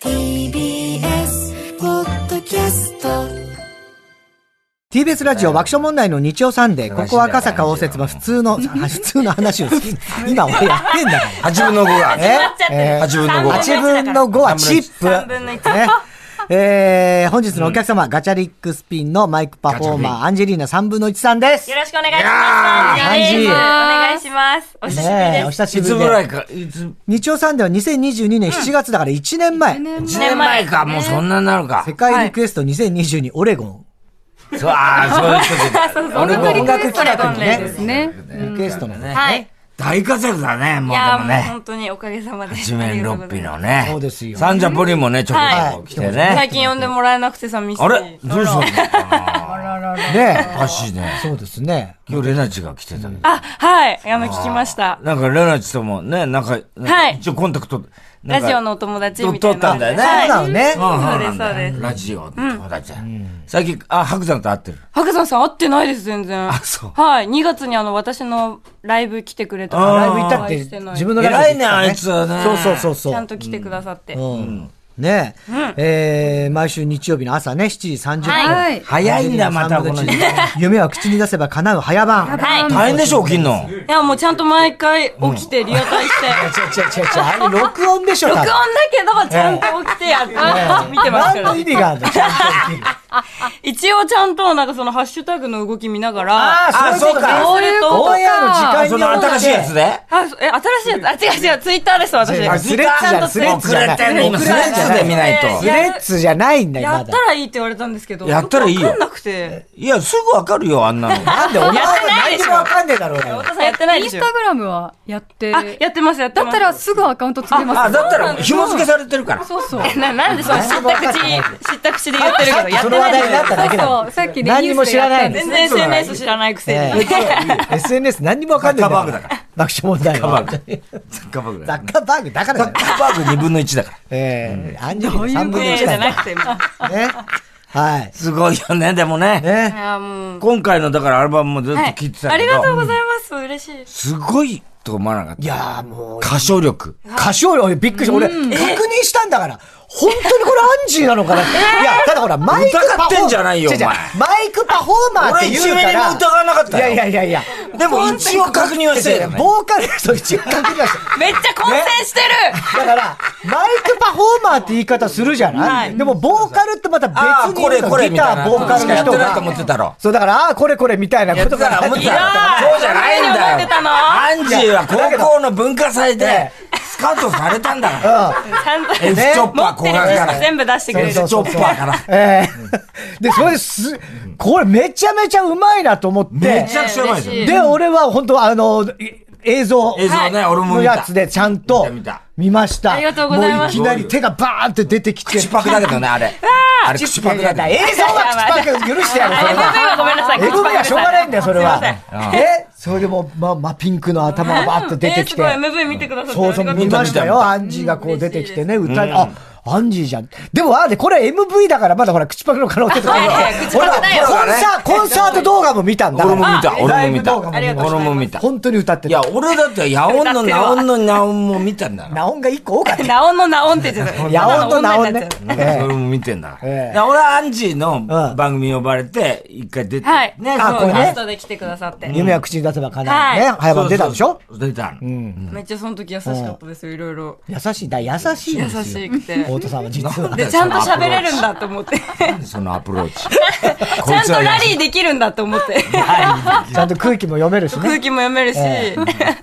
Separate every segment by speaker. Speaker 1: TBS ポッドキャスト
Speaker 2: TBS ラジオ爆笑問題の日曜サンデー、
Speaker 3: はい
Speaker 2: ここ赤坂応接は普通 の、普通の話をする。今俺やってんだか
Speaker 3: 八分の五が。
Speaker 2: ら。
Speaker 3: えー八分の五。
Speaker 2: 8分の5はチップ。ねえー、本日のお客様、ガチャリックスピンのマイクパフォーマー、アンジェリーナ3分の1さんです
Speaker 4: よ。ろしくお願いしま
Speaker 2: い
Speaker 4: す。
Speaker 2: やー
Speaker 4: お願いします。お願いします。お久しぶり
Speaker 2: ねえお
Speaker 4: です。
Speaker 2: 久し
Speaker 3: い
Speaker 2: ぶ
Speaker 3: つ
Speaker 2: り
Speaker 3: ぐらい
Speaker 2: で。
Speaker 3: か、いつ、
Speaker 2: 日曜サンデーは2022年7月だから1年前。
Speaker 3: 1年前か、もうそんなになるか
Speaker 2: 世。界リクエスト2022オレゴン。
Speaker 3: そう、ああ、そういう こと
Speaker 4: そうそう
Speaker 3: 俺も
Speaker 2: 音楽企画に
Speaker 4: 音楽企画
Speaker 2: ね
Speaker 4: で、す
Speaker 5: ね。
Speaker 2: リクエストのね。
Speaker 4: はい。
Speaker 3: 大活躍だね、
Speaker 4: い
Speaker 3: もう
Speaker 4: やー
Speaker 3: でも
Speaker 4: もう
Speaker 3: ね。
Speaker 4: 本当におかげさまで。
Speaker 3: 一面六
Speaker 4: あり
Speaker 3: 匹
Speaker 4: がとうございま
Speaker 3: のね。
Speaker 2: そうですよ
Speaker 3: サンジャポリもね、ちょこちょこ来て
Speaker 4: す。最
Speaker 3: ね。
Speaker 4: 近呼んでもらえなくて寂しい。
Speaker 3: あれどうしたのあ
Speaker 2: ね
Speaker 3: ーおかしいね。
Speaker 2: そうですね。
Speaker 3: 今日レナチが来てたけど。
Speaker 4: あ、はい。あの、聞きました。
Speaker 3: なんかレナチともね、なんか、なんか
Speaker 4: はい
Speaker 3: 一応コンタクト、な
Speaker 4: ラ
Speaker 3: んか
Speaker 4: ジオのお友達みたいな。
Speaker 3: 撮ったんだよね
Speaker 2: そ
Speaker 4: は
Speaker 2: う
Speaker 4: い
Speaker 2: なのね。
Speaker 4: そうです、そうです。
Speaker 3: ラジオの友達だ。最近、あ、白山と会ってる。
Speaker 4: 白山さん会ってないです、全然。あ、
Speaker 3: そう
Speaker 4: はい。2月にあの、私のライブ来てくれたから。
Speaker 2: ライブ行ったっ
Speaker 4: お会い
Speaker 2: て
Speaker 4: して、ない
Speaker 2: 自分のラ
Speaker 3: 偉
Speaker 2: イ
Speaker 3: い
Speaker 2: ブ
Speaker 3: ね、
Speaker 2: 行った
Speaker 3: あ
Speaker 2: ね
Speaker 3: いつはね。
Speaker 2: そうそうそうそう。
Speaker 4: ちゃんと来てくださって。
Speaker 2: うんねえ、えー毎週日曜日の朝ね、7時30分。
Speaker 5: はい。
Speaker 3: 早いんだ、またこの人。
Speaker 2: 夢は口に出せば叶う早番。
Speaker 4: はい。い
Speaker 3: 大変でしょ、起きんの。
Speaker 4: や、もうちゃんと毎回起きて、リアタイして。
Speaker 2: 違う違う違う違う。あれ録音でしょ、
Speaker 4: 録
Speaker 2: 多
Speaker 4: 音
Speaker 2: 分
Speaker 4: だけど、ちゃんと起きてやって、 見てます
Speaker 2: 何
Speaker 4: から
Speaker 2: の。意味があ るのちゃんと生きる
Speaker 4: 一応ちゃんと、なんかそのハッシュタグの動き見ながら、
Speaker 3: あそういうことね
Speaker 4: オールと、
Speaker 2: オンエアの時間
Speaker 3: あ
Speaker 2: に
Speaker 3: その新しいやつで
Speaker 4: あ、そえ、新しいやつ、あ、違う違う、ツイッターです、私。
Speaker 2: あスレッズじゃんスレッズじゃない
Speaker 3: 遅れてんの今
Speaker 2: 遅れてんじゃない
Speaker 3: スレッズで見ないと
Speaker 2: スレッズじゃないんだよ、
Speaker 4: や
Speaker 2: ま
Speaker 4: った
Speaker 2: だ。
Speaker 4: らいいって言われたんですけど、
Speaker 3: やったらいい
Speaker 4: よ
Speaker 3: よ
Speaker 4: くわかんなくて。
Speaker 3: いや、すぐわかるよ、あんなの。
Speaker 2: なんでお前は何にもわかんねえだろう
Speaker 4: お
Speaker 2: よ。
Speaker 4: 父さんやってない
Speaker 5: イ
Speaker 4: で
Speaker 5: ン
Speaker 4: し
Speaker 5: ス
Speaker 4: ょ
Speaker 5: タ。グラムはやって。
Speaker 4: あ、やってます、やって
Speaker 5: だっ
Speaker 4: ます。
Speaker 5: たらすぐアカウント作れます。
Speaker 3: あ、だったら、紐付けされて るから。
Speaker 5: そうそう。
Speaker 4: え、な、なんでその知った口、知った口で言ってるけど、やっ
Speaker 2: その
Speaker 4: てな
Speaker 2: 話題
Speaker 4: いです
Speaker 2: になっただけだ
Speaker 5: そ
Speaker 2: よ
Speaker 5: う、。さっきね、
Speaker 2: 何にも知らないの
Speaker 5: ニュース
Speaker 4: 全
Speaker 5: でや
Speaker 4: 然
Speaker 5: ったんです
Speaker 4: SNS 知らないくせに。
Speaker 2: ええ SNS 何にもわかんねえんだ
Speaker 3: ザッカーバーグだ
Speaker 2: から。爆笑問題
Speaker 3: カ
Speaker 2: は
Speaker 3: バーグ。ザッカーバーグ
Speaker 2: ザ
Speaker 3: だよ。
Speaker 2: ッカーバーグだからだ
Speaker 3: ザッ
Speaker 2: よ
Speaker 3: カ。ーバーグ2分の1だから。
Speaker 2: ええ、アンジェリーナ3分の
Speaker 4: ね
Speaker 2: 1
Speaker 4: じ
Speaker 2: だ
Speaker 4: ゃ
Speaker 2: よね
Speaker 4: なくて、もう。い。
Speaker 2: はい。
Speaker 3: すごいよね、でもね。
Speaker 2: ね。
Speaker 4: や、もう。
Speaker 3: 今回の、だからアルバムもずっと
Speaker 4: は
Speaker 3: 聴い
Speaker 4: い
Speaker 3: てたけど。
Speaker 4: ありがとうございます、嬉しい。
Speaker 3: すごいと思わなかった。
Speaker 2: いやーもう、
Speaker 3: 歌唱力。
Speaker 2: 歌唱量、俺びっくりした。俺、確認したんだから、本当にこれアンジーなのかなって。いや、ただほら、マイクパフォーマー。
Speaker 3: 疑ってんじゃないよ
Speaker 2: 違う違う
Speaker 3: お前
Speaker 2: マイクパフォーマーって
Speaker 3: 俺、
Speaker 2: 言
Speaker 3: 一
Speaker 2: う
Speaker 3: 目
Speaker 2: か
Speaker 3: に
Speaker 2: ら。
Speaker 3: も疑わなかった
Speaker 2: いやい
Speaker 3: よ。
Speaker 2: やいやいや。
Speaker 3: でも、一応確認はしてるよね。
Speaker 2: ボーカリスト一応確認はした。
Speaker 4: めっちゃ混戦してる
Speaker 2: だから、マイクパフォーマーって言い方するじゃな
Speaker 4: はいい
Speaker 2: でも、ボーカルってまた別
Speaker 3: ああ、
Speaker 2: にい
Speaker 3: これ、
Speaker 2: るの
Speaker 3: これ、
Speaker 2: ギ
Speaker 3: み
Speaker 2: タ
Speaker 3: たいな。
Speaker 2: ー、ボーカルの
Speaker 3: やって
Speaker 2: 人
Speaker 3: ないと思
Speaker 2: が。
Speaker 3: ってたろ。
Speaker 2: そう、だから、ああ、これこれみたいな
Speaker 3: やっ
Speaker 2: こ
Speaker 3: て
Speaker 2: と
Speaker 3: たら
Speaker 2: が
Speaker 3: 思ってたら
Speaker 4: いやー
Speaker 3: そうじゃないんだよ。
Speaker 4: 思ってたの
Speaker 3: アンジーは高校の文化祭でスカウトされたんだから。
Speaker 4: ちゃんと。
Speaker 3: F チョッパ
Speaker 4: 持
Speaker 3: ー
Speaker 4: ってる
Speaker 3: 小柄か
Speaker 4: 知
Speaker 3: ら
Speaker 4: 識。全部出してくれる。
Speaker 3: F チョッパーから。
Speaker 2: ええ。で、それです、これめちゃめちゃうまいなと思って。
Speaker 3: めちゃくちゃうまいですよ。
Speaker 2: で、俺は本当あの、い映像。
Speaker 3: 映像ね、俺も
Speaker 2: の
Speaker 3: 見
Speaker 2: や
Speaker 3: た
Speaker 2: つ。でちゃんと
Speaker 3: 見た見た
Speaker 2: 見ました。
Speaker 4: ありがとうございます
Speaker 2: もういきなり手がバーンって出てきて。
Speaker 3: 口パクだけどね、あれ。あれ口パクだ
Speaker 2: い
Speaker 3: け
Speaker 2: やいや映像は口パク許してやる、それ
Speaker 4: MV
Speaker 2: は。
Speaker 4: はごめんなさい。
Speaker 2: エゴミはしょうがないんだよ、それは
Speaker 4: すいません。
Speaker 2: えそれでも、ま、ま、ピンクの頭がバーッと出てきて
Speaker 4: え。ーすごい MV 見てくださって
Speaker 2: そうそう、
Speaker 4: あ
Speaker 2: 見
Speaker 4: りがと
Speaker 2: ま
Speaker 4: う
Speaker 2: した
Speaker 3: 見
Speaker 2: よ。
Speaker 3: た
Speaker 2: アンジーがこう出てきてね、歌い、あ、アンジーじゃん。でも、あれ、これ MV だから、まだほら、口パクの可能性とかある
Speaker 4: いやいや口パクだよ
Speaker 2: 俺はコンサート、コンサート動画も見たんだか
Speaker 3: ど。
Speaker 2: ら。
Speaker 3: 俺も見た、
Speaker 2: ラ
Speaker 3: 俺
Speaker 2: イ
Speaker 3: も
Speaker 2: ブ
Speaker 3: 見
Speaker 2: 動
Speaker 3: た。
Speaker 2: 画も見ました
Speaker 3: 俺も見た。
Speaker 2: 本当に歌って
Speaker 3: い
Speaker 2: た
Speaker 3: や、。俺だって、ヤオンのナオンのナオンも見たんだか
Speaker 2: ナオンが一個多かった。
Speaker 4: ナオンのナオンって言って た。
Speaker 2: ヤオンとナオンね。
Speaker 3: ら。
Speaker 2: ええ
Speaker 3: それも見てんだか
Speaker 2: ええ
Speaker 3: ら。で俺はアンジーの番組呼ばれて、一回出て。
Speaker 4: はい。ね、
Speaker 2: あこ
Speaker 4: そ
Speaker 2: れ
Speaker 4: う、
Speaker 2: ね
Speaker 4: ゲストで来てくださって。
Speaker 2: 夢は口に出せば叶う。ね
Speaker 4: は。
Speaker 2: 早番出たんでしょ
Speaker 3: そうそう出たの。
Speaker 4: めっちゃその時優しかったですよ、いろいろ。
Speaker 2: 優しい。だ、優しいん
Speaker 4: 優
Speaker 2: ですよ。
Speaker 4: しくて。
Speaker 2: 太田さんは実は。
Speaker 4: で、ちゃんと喋れるんだと思って。ち
Speaker 3: 何そのアプロ ーチ。
Speaker 4: ゃんとラリー
Speaker 3: ー。
Speaker 4: できるんだと思って。
Speaker 2: ちゃんと空気も読めるし
Speaker 4: 空
Speaker 2: ね。
Speaker 4: 気も読めるし、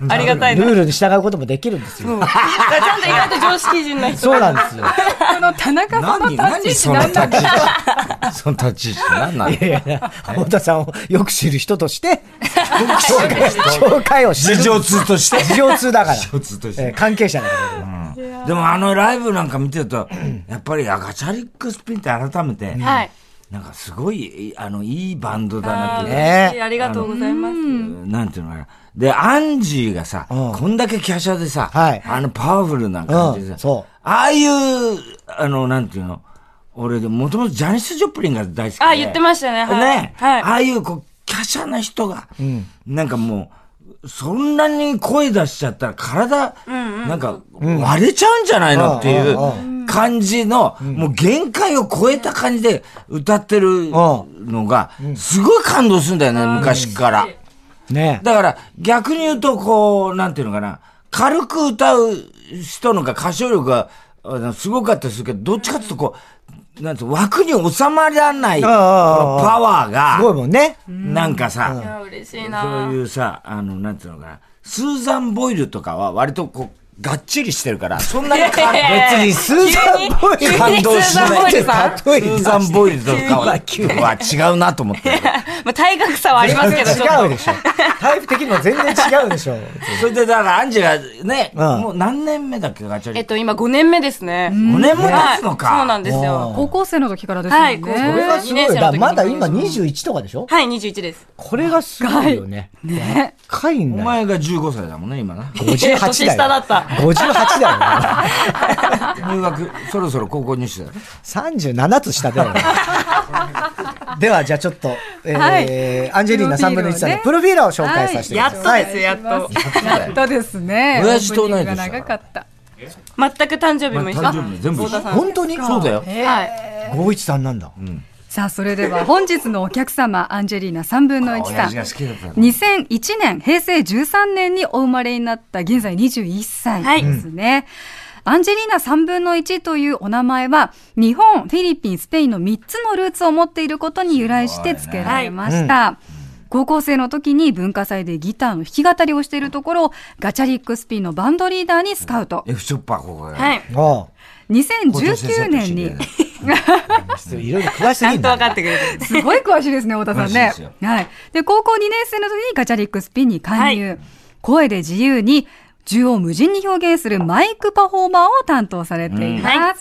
Speaker 4: ありがたい
Speaker 2: ル
Speaker 4: な。
Speaker 2: ールに従うこともできるんですよ。
Speaker 4: だからちゃんと意外と常識人な人
Speaker 2: そう
Speaker 4: だ
Speaker 2: なんですよ。
Speaker 5: この田中さんの
Speaker 3: 何何
Speaker 5: 立ち
Speaker 3: そ
Speaker 5: 位
Speaker 3: の
Speaker 5: 置なん
Speaker 3: 立
Speaker 5: だ
Speaker 3: ち位置。その立ち位置何なの
Speaker 2: いやいや、太田さんをよく知る人と して、紹介をして
Speaker 3: 事
Speaker 2: る。
Speaker 3: 情通として。
Speaker 2: 事情通だから。
Speaker 3: 事情通として
Speaker 2: えー関係者だから。
Speaker 3: でもあのライブなんか見てると、やっぱりあガチャリックスピンって改めて、
Speaker 4: はい。
Speaker 3: なんかすごい、あの、いいバンドだなっていうか
Speaker 2: ね
Speaker 4: ありがとうございます。
Speaker 3: なんていうのかな。で、アンジーがさ、
Speaker 2: ん
Speaker 3: こんだけ華奢でさ、
Speaker 2: はい
Speaker 3: あのパワフルな感じでさ、
Speaker 2: うんそう
Speaker 3: ああいう、あの、なんていうの、俺でもともとジャニス・ジョプリンが大好きで。
Speaker 4: あ言ってましたねはい
Speaker 3: ね、
Speaker 4: はい
Speaker 3: ああいう、こう、華奢な人が、なんかもう、そんなに声出しちゃったら体、なんか割れちゃうんじゃないのってい
Speaker 2: うんう
Speaker 3: う感じの、もう限界を超えた感じで歌ってるのが、すごい感動するんだよね、昔から。
Speaker 2: ね
Speaker 3: だから逆に言うと、こう、なんていうのかな、軽く歌う人のが歌唱力があのすごかったりするけど、どっちかっていうとこう、なんていうの枠に収まらないこ
Speaker 2: あ
Speaker 3: の
Speaker 2: あああああ
Speaker 3: パワー
Speaker 2: すごい
Speaker 3: が、
Speaker 2: もんね。
Speaker 3: なんかさ、
Speaker 4: いや嬉しい
Speaker 3: そう
Speaker 4: な。
Speaker 3: いうさ、あの、なんていうのかな、スーザン・ボイルとかは割とこう、がっちりしてるから、そんなに 感
Speaker 4: いやいやいや
Speaker 2: 別にスーザン・ボイル
Speaker 3: 感動しな い。
Speaker 4: スーザンボ
Speaker 3: スーザン・ボイルとかは
Speaker 2: 急に
Speaker 3: は違うなと思って る。
Speaker 4: まあ体格差はありますけど、ちょっと
Speaker 2: 違うでしょ。タイプ的にも全然違うでしょ。
Speaker 3: それでだからアンジェがね、
Speaker 2: うん
Speaker 3: もう何年目だっけ、ガチャリ
Speaker 4: えっと、今5年目ですね。
Speaker 3: 5年も
Speaker 4: は
Speaker 3: 経
Speaker 4: い。
Speaker 3: つ
Speaker 4: そ
Speaker 3: の
Speaker 4: う
Speaker 3: か。
Speaker 4: なんですよ。
Speaker 5: 高校生の時からですもんね。
Speaker 4: はい高校生
Speaker 2: これがすごい。
Speaker 4: 二年生の時に
Speaker 2: だまだ今21とかでしょ
Speaker 4: はい、21です。
Speaker 2: これがすごいよね。
Speaker 5: ね。
Speaker 2: 若いん
Speaker 3: お
Speaker 2: だよ。
Speaker 3: 前が15歳だもんね、今な。
Speaker 2: 58だよ。
Speaker 4: 年下だった。
Speaker 2: 58だよ。
Speaker 3: 入学、そろそろ高校入試だよ。
Speaker 2: 37つ下だよ。では、じゃあちょっと、えーアンジェリーナ3分の1さんのプロフィールを紹介させてください。
Speaker 4: はいやっとですよやっと
Speaker 5: お願いしますやっとです ね。
Speaker 3: 親父と同い年
Speaker 5: オープニングが長かった。
Speaker 4: 全く誕生日も一緒。
Speaker 3: まあ誕生日全部一緒
Speaker 4: 太田さん
Speaker 2: 本当に
Speaker 3: そうだよ。
Speaker 4: はい。
Speaker 2: 513なんだ。
Speaker 5: さあ、それでは本日のお客様、アンジェリーナ3分の1
Speaker 3: 親
Speaker 5: さん
Speaker 3: 父。が好きだったの。
Speaker 5: 2001年、平成13年にお生まれになった現在21
Speaker 4: は
Speaker 5: 歳
Speaker 4: い
Speaker 5: ですね。アンジェリーナ3分の1というお名前は、日本、フィリピン、スペインの3つのルーツを持っていることに由来して付けられました。高校生の時に文化祭でギターの弾き語りをしているところをガチャリックスピンのバンドリーダーにスカウト。
Speaker 3: F ショッパー、ここが。
Speaker 4: はい。
Speaker 2: あ
Speaker 5: 2019年に、
Speaker 2: あ、ちょっといろいろ詳しす
Speaker 4: ちゃ
Speaker 2: ぎ
Speaker 4: ん
Speaker 2: ん
Speaker 4: と
Speaker 2: だ
Speaker 4: 分か
Speaker 2: ね。
Speaker 4: ってくれてる。
Speaker 5: すごい詳しいですね、太田さん
Speaker 3: 詳しい
Speaker 5: ね
Speaker 3: ですよ。
Speaker 5: はい。で、高校2年生の時にガチャリックスピンに加入。
Speaker 4: は
Speaker 5: 声で自由に、縦横無尽に表現するマイクパフォーマーを担当されています。
Speaker 4: うんは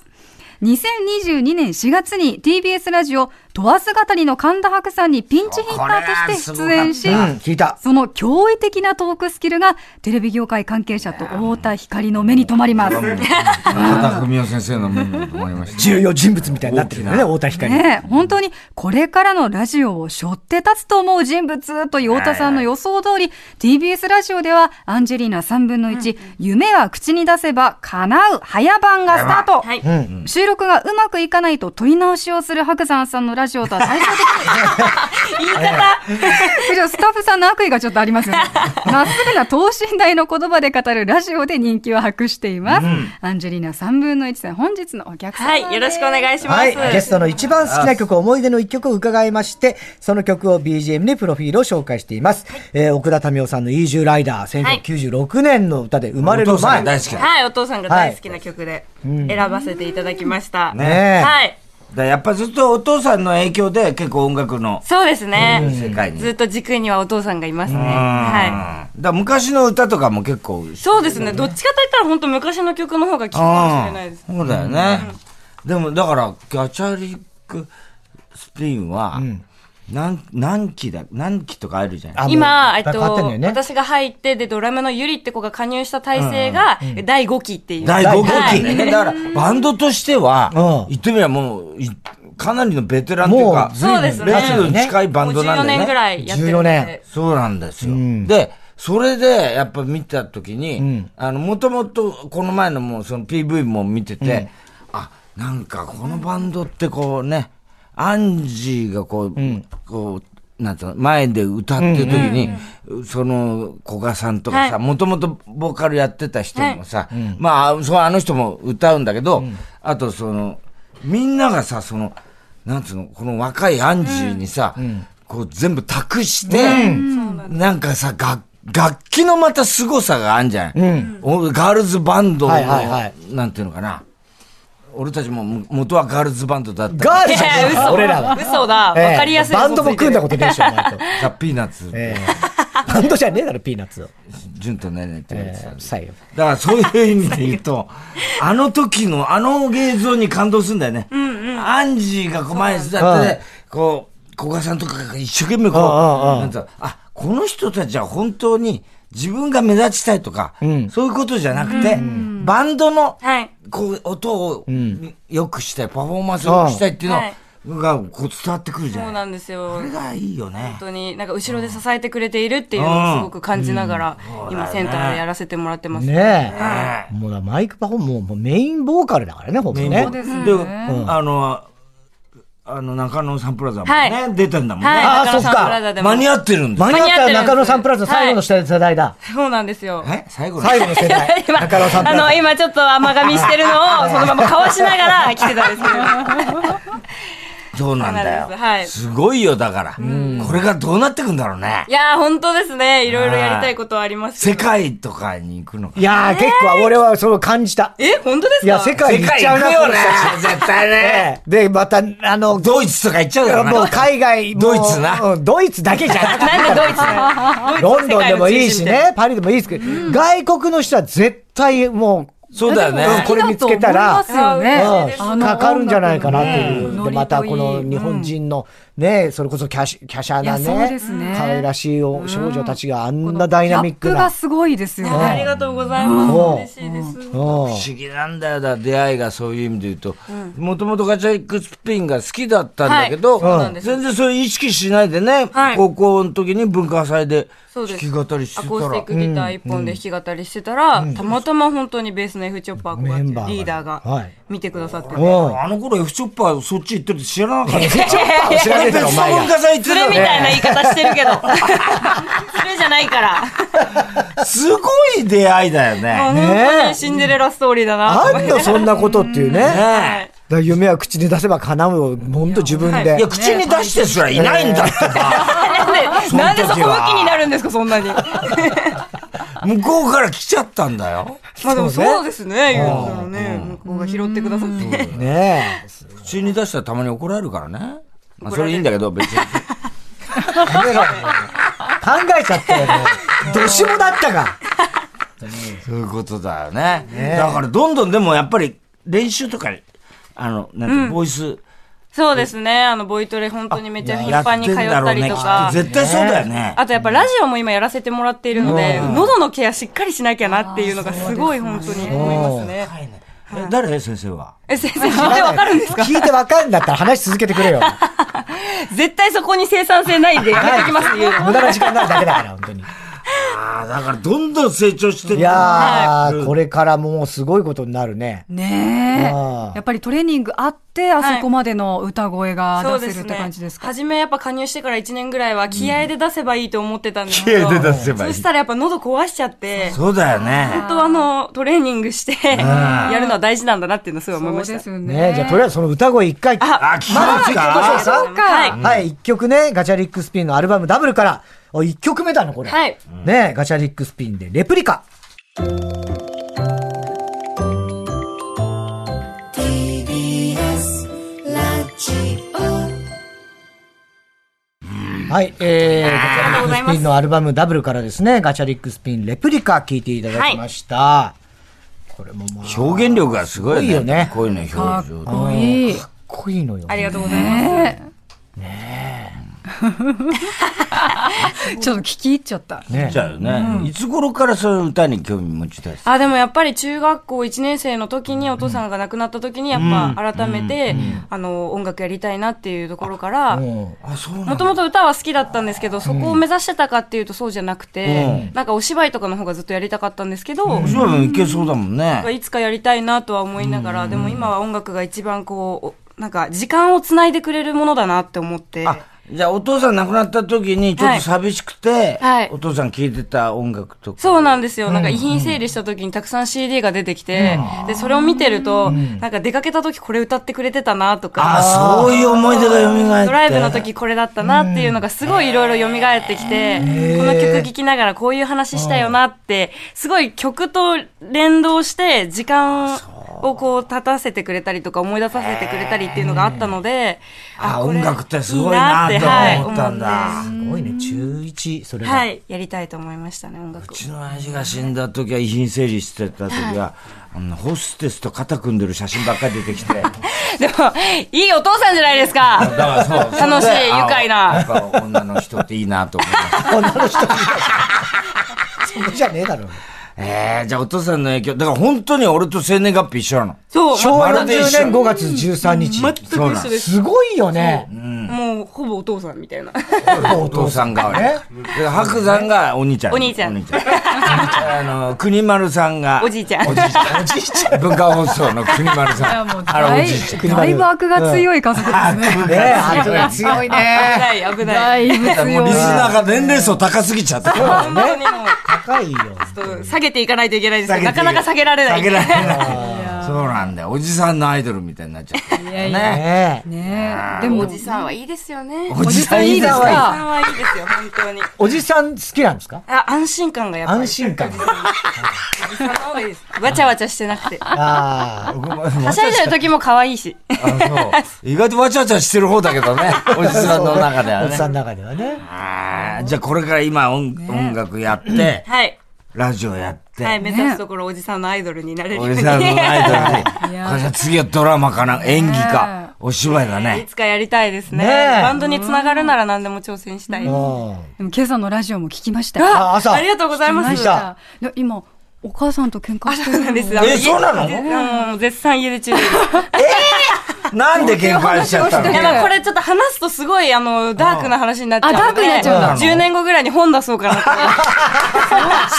Speaker 5: 2022年4月に TBS ラジオ問わず語りの神田伯さんにピンチヒッターとして出演し
Speaker 3: こ、れ
Speaker 2: う
Speaker 3: は
Speaker 2: ん、聞いた。
Speaker 5: その驚異的なトークスキルがテレビ業界関係者と太田光の目に留まります。
Speaker 3: 片文雄先生の目にも留まり ました。
Speaker 2: 重要人物みたいになってるよね、
Speaker 3: 大
Speaker 2: 太田光。
Speaker 5: ねえ、本当にこれからのラジオを背負って立つと思う人物という太田さんの予想通り、TBS ラジオではアンジェリーナ3分の1、夢は口に出せば叶う早番がスタート。
Speaker 4: はい。
Speaker 5: 収録がうまくいかないと取り直しをする白山さんのラジオとは対照的言い方スタッフさんの悪意がちょっとありま すよね。まっすぐな等身大の言葉で語るラジオで人気を博しています。アンジェリーナ3分の1さん、本日のお客様
Speaker 4: は
Speaker 5: です。
Speaker 4: い。よろしくお願いします。
Speaker 2: はい、ゲストの一番好きな曲、思い出の一曲を伺いまして、その曲を BGM でプロフィールを紹介しています。えー奥田民生さんのイージューライダ
Speaker 4: はい
Speaker 2: ー、1996年の歌で生まれる
Speaker 3: お父さ
Speaker 2: 前。
Speaker 3: ん大好きだ。だか
Speaker 4: はい、お父さんが大好きな曲で選ばせていただきました。
Speaker 2: ねえ
Speaker 4: はい。
Speaker 3: らやっぱずっとお父さんの影響で結構音楽の
Speaker 4: そうです
Speaker 3: 世
Speaker 4: ね。
Speaker 3: 界に。
Speaker 4: ずっと軸にはお父さんがいますね。
Speaker 3: うん
Speaker 4: は
Speaker 3: だから昔の歌とかも結構。
Speaker 4: い。そうですね。どっちかといったら本当昔の曲の方が聴くかもしれないです。
Speaker 3: うんそうだよね。でも、だから、ガチャリックスピンは、何、何期だ、何期とかあるじゃん。
Speaker 2: あの
Speaker 4: 今、えっと、
Speaker 2: 変わってんのよね
Speaker 4: 私が入って、で、ドラムのゆりって子が加入した体制が、第5期っていう。
Speaker 3: 第5期
Speaker 4: はい
Speaker 3: ね。だから、バンドとしては、
Speaker 2: うん
Speaker 3: 言ってみればもう、いかなりのベテランというか
Speaker 2: も、う
Speaker 4: そうですね
Speaker 3: レジの近いバンドなんだよね。
Speaker 4: もう14年ぐらいやってるので。
Speaker 2: 14年
Speaker 3: そうなんですよ。
Speaker 2: ん
Speaker 3: で、それで、やっぱ見たときに、
Speaker 2: ん
Speaker 3: あの、もともと、この前のもう、その PV も見てて、あ、なんか、このバンドってこうね、アンジーがこう、こう、なんつうの、前で歌ってるときに、その、古賀さんとかさ、
Speaker 4: は
Speaker 3: もともとボーカルやってた人もさ、まあ、そう、あの人も歌うんだけど、あと、その、みんながさ、その、なんつうの、この若いアンジーにさ、こう全部託して、なんかさ、楽楽器のまた凄さがあんじゃん。おガールズバンドの、
Speaker 2: はいはいはい
Speaker 3: なんていうのかな。俺たちもも元はガールズバンドだったか
Speaker 2: ガ
Speaker 3: ら。
Speaker 2: ールじゃねえ
Speaker 4: いや
Speaker 2: か
Speaker 4: 嘘
Speaker 2: 俺らは。
Speaker 4: 嘘だ。わ
Speaker 2: ええ
Speaker 4: かりやすい。
Speaker 2: バンドも組んだこととねえでしょ、お前と。
Speaker 3: ザ・ピーナッツ、
Speaker 2: ええバンドじゃねえだろ、ピーナッツを。
Speaker 3: ジ純と何々って言われてたんです。
Speaker 2: えー左右
Speaker 3: だからそういう意味で言うと、あの時のあの映像に感動するんだよね。アンジーがこう前に座ってね、こう、古賀さんとかが一生懸命こう、
Speaker 2: ああああ
Speaker 3: なんつうのあ、この人たちは本当に自分が目立ちたいとか、そういうことじゃなくて、バンドの、
Speaker 4: はい
Speaker 3: こう、音を良くしたい、パフォーマンスを良くしたいっていうのが、こう伝わってくるじ
Speaker 4: そ
Speaker 3: ゃ
Speaker 4: う
Speaker 3: ない。
Speaker 4: なんですよ
Speaker 3: それ。がいいよね。
Speaker 4: 本当に、なんか後ろで支えてくれているっていうのをすごく感じながら、今センターでやらせてもらってます。
Speaker 2: ねえ。もうだマイクパフォーマンもうもうメインボーカルだからね、ほぼね。
Speaker 5: です
Speaker 3: で、
Speaker 5: ね。
Speaker 3: あの、あの、中野サンプラザもね、
Speaker 4: はい
Speaker 3: 出てんだもんね。
Speaker 4: はい、
Speaker 2: あー
Speaker 4: 中野サ
Speaker 2: そ
Speaker 4: ンプ
Speaker 2: っか
Speaker 4: ラザでも。
Speaker 3: 間に合ってるんです
Speaker 2: 間に合ったら中野サンプラザ最後の世代だ。
Speaker 4: そうなんですよ。
Speaker 3: え最後の
Speaker 2: 最後の世代。
Speaker 4: 今
Speaker 2: 中野サンプ
Speaker 4: あ
Speaker 2: ラザ
Speaker 4: の、。今ちょっと甘噛みしてるのを、そのままかわしながら来てたんです けど。
Speaker 3: そうなんだよ。
Speaker 4: そうなんですはい
Speaker 3: すごいよ、だから。これがどうなってくんだろうね
Speaker 4: い。やー、本当ですね。いろいろやりたいことはありますけ
Speaker 3: 世
Speaker 4: ど。
Speaker 3: 界とかに行くのか。
Speaker 2: いやー、結構俺はそれを感じた。
Speaker 4: え、本当ですか
Speaker 2: いや、世界行っちゃうな、
Speaker 3: 世界行
Speaker 2: この
Speaker 3: くよね
Speaker 2: 人たち。
Speaker 3: 絶対ね。
Speaker 2: で、また、あの、
Speaker 3: ドイツとか行っちゃう
Speaker 2: い
Speaker 3: だ
Speaker 2: や
Speaker 3: ろう
Speaker 2: もう
Speaker 3: な。
Speaker 2: 海外も
Speaker 3: ドイツな
Speaker 2: うんドイツだけじゃなくて
Speaker 4: なんでドイツだよ
Speaker 2: ロンドンでもいいし。ねパリでもいいですけど、外国の人は絶対もう
Speaker 3: そうだよね。
Speaker 2: これ見つけたら
Speaker 5: 好きだと思いますよね。
Speaker 2: うんかかるんじゃないかなっていう、
Speaker 5: うん
Speaker 2: でまたこの日本人のね、それこそキャシキャシャない
Speaker 5: やそう
Speaker 2: ね
Speaker 5: ですね
Speaker 2: 可愛らしいお少女たちがあ
Speaker 5: こ
Speaker 2: ん
Speaker 5: の
Speaker 2: なダイナミック
Speaker 5: ギャップが
Speaker 2: な、
Speaker 5: すごいですよ
Speaker 4: あり
Speaker 5: ね。
Speaker 4: がとうございます。嬉しいです。
Speaker 2: うん
Speaker 3: 不思議なんだよだ出会いがそういう意味で言うともともとガチャリックスピンが好きだったんだけど、
Speaker 4: はいそうなんです
Speaker 3: 全然それ意識しないでね、
Speaker 4: はい
Speaker 3: 高校の時に文化祭で
Speaker 4: そう
Speaker 3: 弾
Speaker 4: です
Speaker 3: き語りして
Speaker 4: ア
Speaker 3: た
Speaker 4: コースティッ
Speaker 3: ら
Speaker 4: クギター一本で弾き語りしてたら、たまたま本当にベースの F チョッパーこうやって
Speaker 2: メンバーが
Speaker 4: リーダー
Speaker 2: は
Speaker 4: が
Speaker 2: い
Speaker 4: 見てくださってて、
Speaker 2: うん
Speaker 3: あの頃 F チョッパーそっち行ってるって知らなか った
Speaker 2: ちょっと知らねえだろお
Speaker 3: 別の
Speaker 2: 前
Speaker 3: 文
Speaker 2: が
Speaker 3: 化祭行って
Speaker 4: それ
Speaker 3: た
Speaker 4: みたいな言い方してるけど、それじゃないから、
Speaker 3: らすごい出会いだよ
Speaker 4: もう
Speaker 3: ね。
Speaker 4: 本当にシンデレラストーリーだなと
Speaker 2: あ
Speaker 4: 思っ
Speaker 2: ん
Speaker 4: て
Speaker 2: のそんなことっていうね、だか
Speaker 3: ね
Speaker 2: ら夢は口に出せば叶うをほんと自分で、
Speaker 3: えいや、口に出してすらいないんだってば、
Speaker 4: なんで、なんでそこ向きになるんですか、そんなに。
Speaker 3: 向こうから来ちゃったんだよ。
Speaker 4: まあでもそうですね、言うのもね、向こうが拾ってくださって。
Speaker 2: ねえ
Speaker 3: 口に出したらたまに怒られるからね。まあ、それいいんだけど、別に。
Speaker 2: やめろよ考えちゃったよ、も う。どしもだったか。
Speaker 3: そういうことだよね。だからどんどんでもやっぱり練習とか、あの、なんて、ボイス
Speaker 4: そうですね、あの、ボイトレ本当にめっちゃ頻繁に通ったり
Speaker 3: ね。き
Speaker 4: と
Speaker 3: っ
Speaker 4: か
Speaker 3: と。絶対そうだよね。
Speaker 4: あとやっぱラジオも今やらせてもらっているので、喉のケアしっかりしなきゃなっていうのがすごい本当に思いますね。
Speaker 3: え誰先生は。
Speaker 4: え、先生、聞いてわかるんですか
Speaker 2: 聞いてわかるんだったら話続けてく れよ。
Speaker 4: 絶対そこに生産性ないんでやめてきますっていうの。
Speaker 2: 無駄な時間になるだけだから、本当に。
Speaker 3: ああ、だからどんどん成長して
Speaker 2: い
Speaker 3: る。
Speaker 2: やー、
Speaker 3: い
Speaker 2: これからもうすごいことになるね。
Speaker 5: ねえ
Speaker 2: ああ。
Speaker 5: やっぱりトレーニングあって、あそこまでの歌声
Speaker 4: そ
Speaker 5: が
Speaker 4: う
Speaker 5: 出
Speaker 4: で
Speaker 5: せ
Speaker 4: す
Speaker 5: るって
Speaker 4: ね
Speaker 5: 感じです。か
Speaker 4: 初めやっぱ加入してから1年ぐらいは気合で出せばいいと思ってたんですけど。
Speaker 3: 気合で出せばいい
Speaker 4: そしたらやっぱ喉壊しちゃって。
Speaker 3: そうだよね
Speaker 4: 本。当はあの、トレーニングして、やるのは大事なんだなっていうのをすごい思いました。
Speaker 5: よ
Speaker 2: ねじゃあとりあえずその歌声一回。は
Speaker 3: あ、聞きます
Speaker 4: あ
Speaker 3: か
Speaker 4: りがとうございますはい。
Speaker 2: い、一曲ね、ガチャリックスピンのアルバムダブルから、お一曲目だの、これ。
Speaker 4: はい。
Speaker 2: ねガチャリックスピンで、レプリカ。
Speaker 1: TBS ラジオ
Speaker 2: はい、えー、ガチ
Speaker 4: りがとう
Speaker 2: ャ
Speaker 4: ご
Speaker 2: リックス
Speaker 4: ざいます
Speaker 2: ピンのアルバムダブルからですね、ガチャリックスピン、レプリカ聴いていただきました。これももう、
Speaker 3: 表現力がすごい
Speaker 2: すごいよ
Speaker 3: よ
Speaker 2: ね
Speaker 3: ね。こういうの表
Speaker 5: か
Speaker 3: 情
Speaker 5: っ。こいい。
Speaker 2: かっこいいのよ。
Speaker 4: ありがとうございます。
Speaker 5: ちょっと聞き入っちゃった。
Speaker 2: ね
Speaker 3: じゃあね、いつ頃からそういう歌に興味持ち出した
Speaker 4: あでもやっぱり中学校1年生の時にお父さんが亡くなった時にやっぱ改めて、あの音楽やりたいなっていうところからも
Speaker 3: あ、そうな
Speaker 4: ともと歌は好きだったんですけどそこを目指してたかっていうとそうじゃなくて、なんかお芝居とかの方がずっとやりたかったんですけど、
Speaker 3: お芝居もいけそうだもんね。
Speaker 4: いつかやりたいなとは思いながら、でも今は音楽が一番こうおなんか時間をつないでくれるものだなって思って。
Speaker 3: あじゃあお父さん亡くなった時にちょっと寂しくて、
Speaker 4: はい
Speaker 3: お父さん聴いてた音楽とか。
Speaker 4: そうなんですよ。なんか遺品整理した時にたくさん CD が出てきて、で、それを見てると、なんか出かけた時これ歌ってくれてたなとか、
Speaker 3: あ、そういう思い出が蘇って。
Speaker 4: ドライブの時これだったなっていうのがすごいいろいろ蘇ってきて、この曲聴きながらこういう話したよなって、すごい曲と連動して時間をこう立たせてくれたりとか思い出させてくれたりっていうのがあったので、
Speaker 3: あ
Speaker 4: これ
Speaker 3: 音楽ってすごいなって
Speaker 4: はい
Speaker 3: 思ったんだ
Speaker 4: 思
Speaker 2: すご
Speaker 4: って
Speaker 2: いね、中1、そ れが。
Speaker 4: はい、やりたいと思いましたね、音楽
Speaker 3: う
Speaker 4: を。
Speaker 3: ちの親父が死んだ時は遺品整理してた時は、あのホステスと肩組んでる写真ばっかり出て きてだか
Speaker 4: でも、いいお父さんじゃないですか。
Speaker 3: らそうそれで
Speaker 4: 楽しい
Speaker 3: あ
Speaker 4: 愉快な
Speaker 3: やっぱ女の人っていいなと思いまし た
Speaker 2: 女の人みたいなそこじゃねえだろ。
Speaker 3: ええじゃあお父さんの影響。だから本当に俺と生年月日一緒なの。
Speaker 4: そう、
Speaker 2: 昭和40
Speaker 3: まるで一緒
Speaker 2: 年5月13日。
Speaker 4: 全く一緒です。
Speaker 2: すごいよね。
Speaker 4: もう、ほぼお父さんみたいな。
Speaker 3: お父さん代わ
Speaker 2: ね
Speaker 3: り。で白山がお兄ちゃん。
Speaker 4: お兄ちゃん
Speaker 3: お兄ちゃん。あの、国丸さんが。
Speaker 4: おじいちゃん。
Speaker 3: おじいちゃん。文化放送の国丸さん。あれおじいちゃん。
Speaker 5: だいぶ悪が強い家族ですね。
Speaker 2: ねあと強いね。
Speaker 4: 危ない、危ない。
Speaker 5: だいぶ
Speaker 3: もう
Speaker 5: 強
Speaker 3: リ
Speaker 5: い
Speaker 3: ス。ナーが年齢層高すぎちゃって。
Speaker 4: 本当にもう
Speaker 2: 高いよ。
Speaker 4: ちょっと下げていかないといけないです
Speaker 3: 下
Speaker 4: け
Speaker 3: げ
Speaker 4: ど、
Speaker 3: て
Speaker 4: なかなか下げられない。
Speaker 3: 下げられない。そうなんだよ。おじさんのアイドルみたいになっちゃった。
Speaker 2: ねえ
Speaker 5: ねえでも、
Speaker 4: おじさんはいいですよね。
Speaker 3: おじさんいいです
Speaker 5: おじ
Speaker 4: お
Speaker 3: か
Speaker 4: じさんはいいですよ、本当に。
Speaker 2: おじさん好きなんですか
Speaker 4: あ、安心感がやっぱり。
Speaker 2: 安心感。
Speaker 4: おじさんの方がいいです。わちゃわちゃしてなくて。は
Speaker 2: ああ。
Speaker 4: しゃいでる時も可愛いし。
Speaker 3: あそう意外とわちゃわちゃしてる方だけどね。おじさんの中では
Speaker 2: お
Speaker 3: ね
Speaker 2: じ。さんの中ではね。
Speaker 3: あーじゃあこれから今音,、音楽やって、
Speaker 4: はい。
Speaker 3: ラジオやって、
Speaker 4: はい、目指すところおじさんのアイドルになれるよう
Speaker 3: 俺
Speaker 4: に。
Speaker 3: さんのアイドル
Speaker 5: い
Speaker 3: に。
Speaker 5: や
Speaker 3: これじゃあ次はドラマかな、演技
Speaker 5: ね
Speaker 3: か、お芝居 だ
Speaker 4: い
Speaker 3: ね。
Speaker 4: つかやりたいです
Speaker 2: ね
Speaker 4: ね。
Speaker 2: え
Speaker 4: バンドに繋がるなら何でも挑戦したいです。
Speaker 2: う
Speaker 5: でも今朝のラジオも聞きましたよ。
Speaker 2: あ朝
Speaker 4: ありがとうございま
Speaker 2: 聞き
Speaker 4: す。
Speaker 2: ました
Speaker 5: いや今、お母さんと喧嘩して
Speaker 4: そう
Speaker 5: る
Speaker 4: な
Speaker 5: の
Speaker 4: んです。
Speaker 3: えそうなの
Speaker 4: のもう絶賛家出中です。
Speaker 3: なんで喧嘩しちゃったの
Speaker 4: いや、
Speaker 5: え
Speaker 4: まあこれちょっと話すとすごい、あの、ダークな話になっちゃうので。
Speaker 5: あダークになっちゃうん
Speaker 3: だ
Speaker 4: 10年後ぐらいに本出そうかなと思って。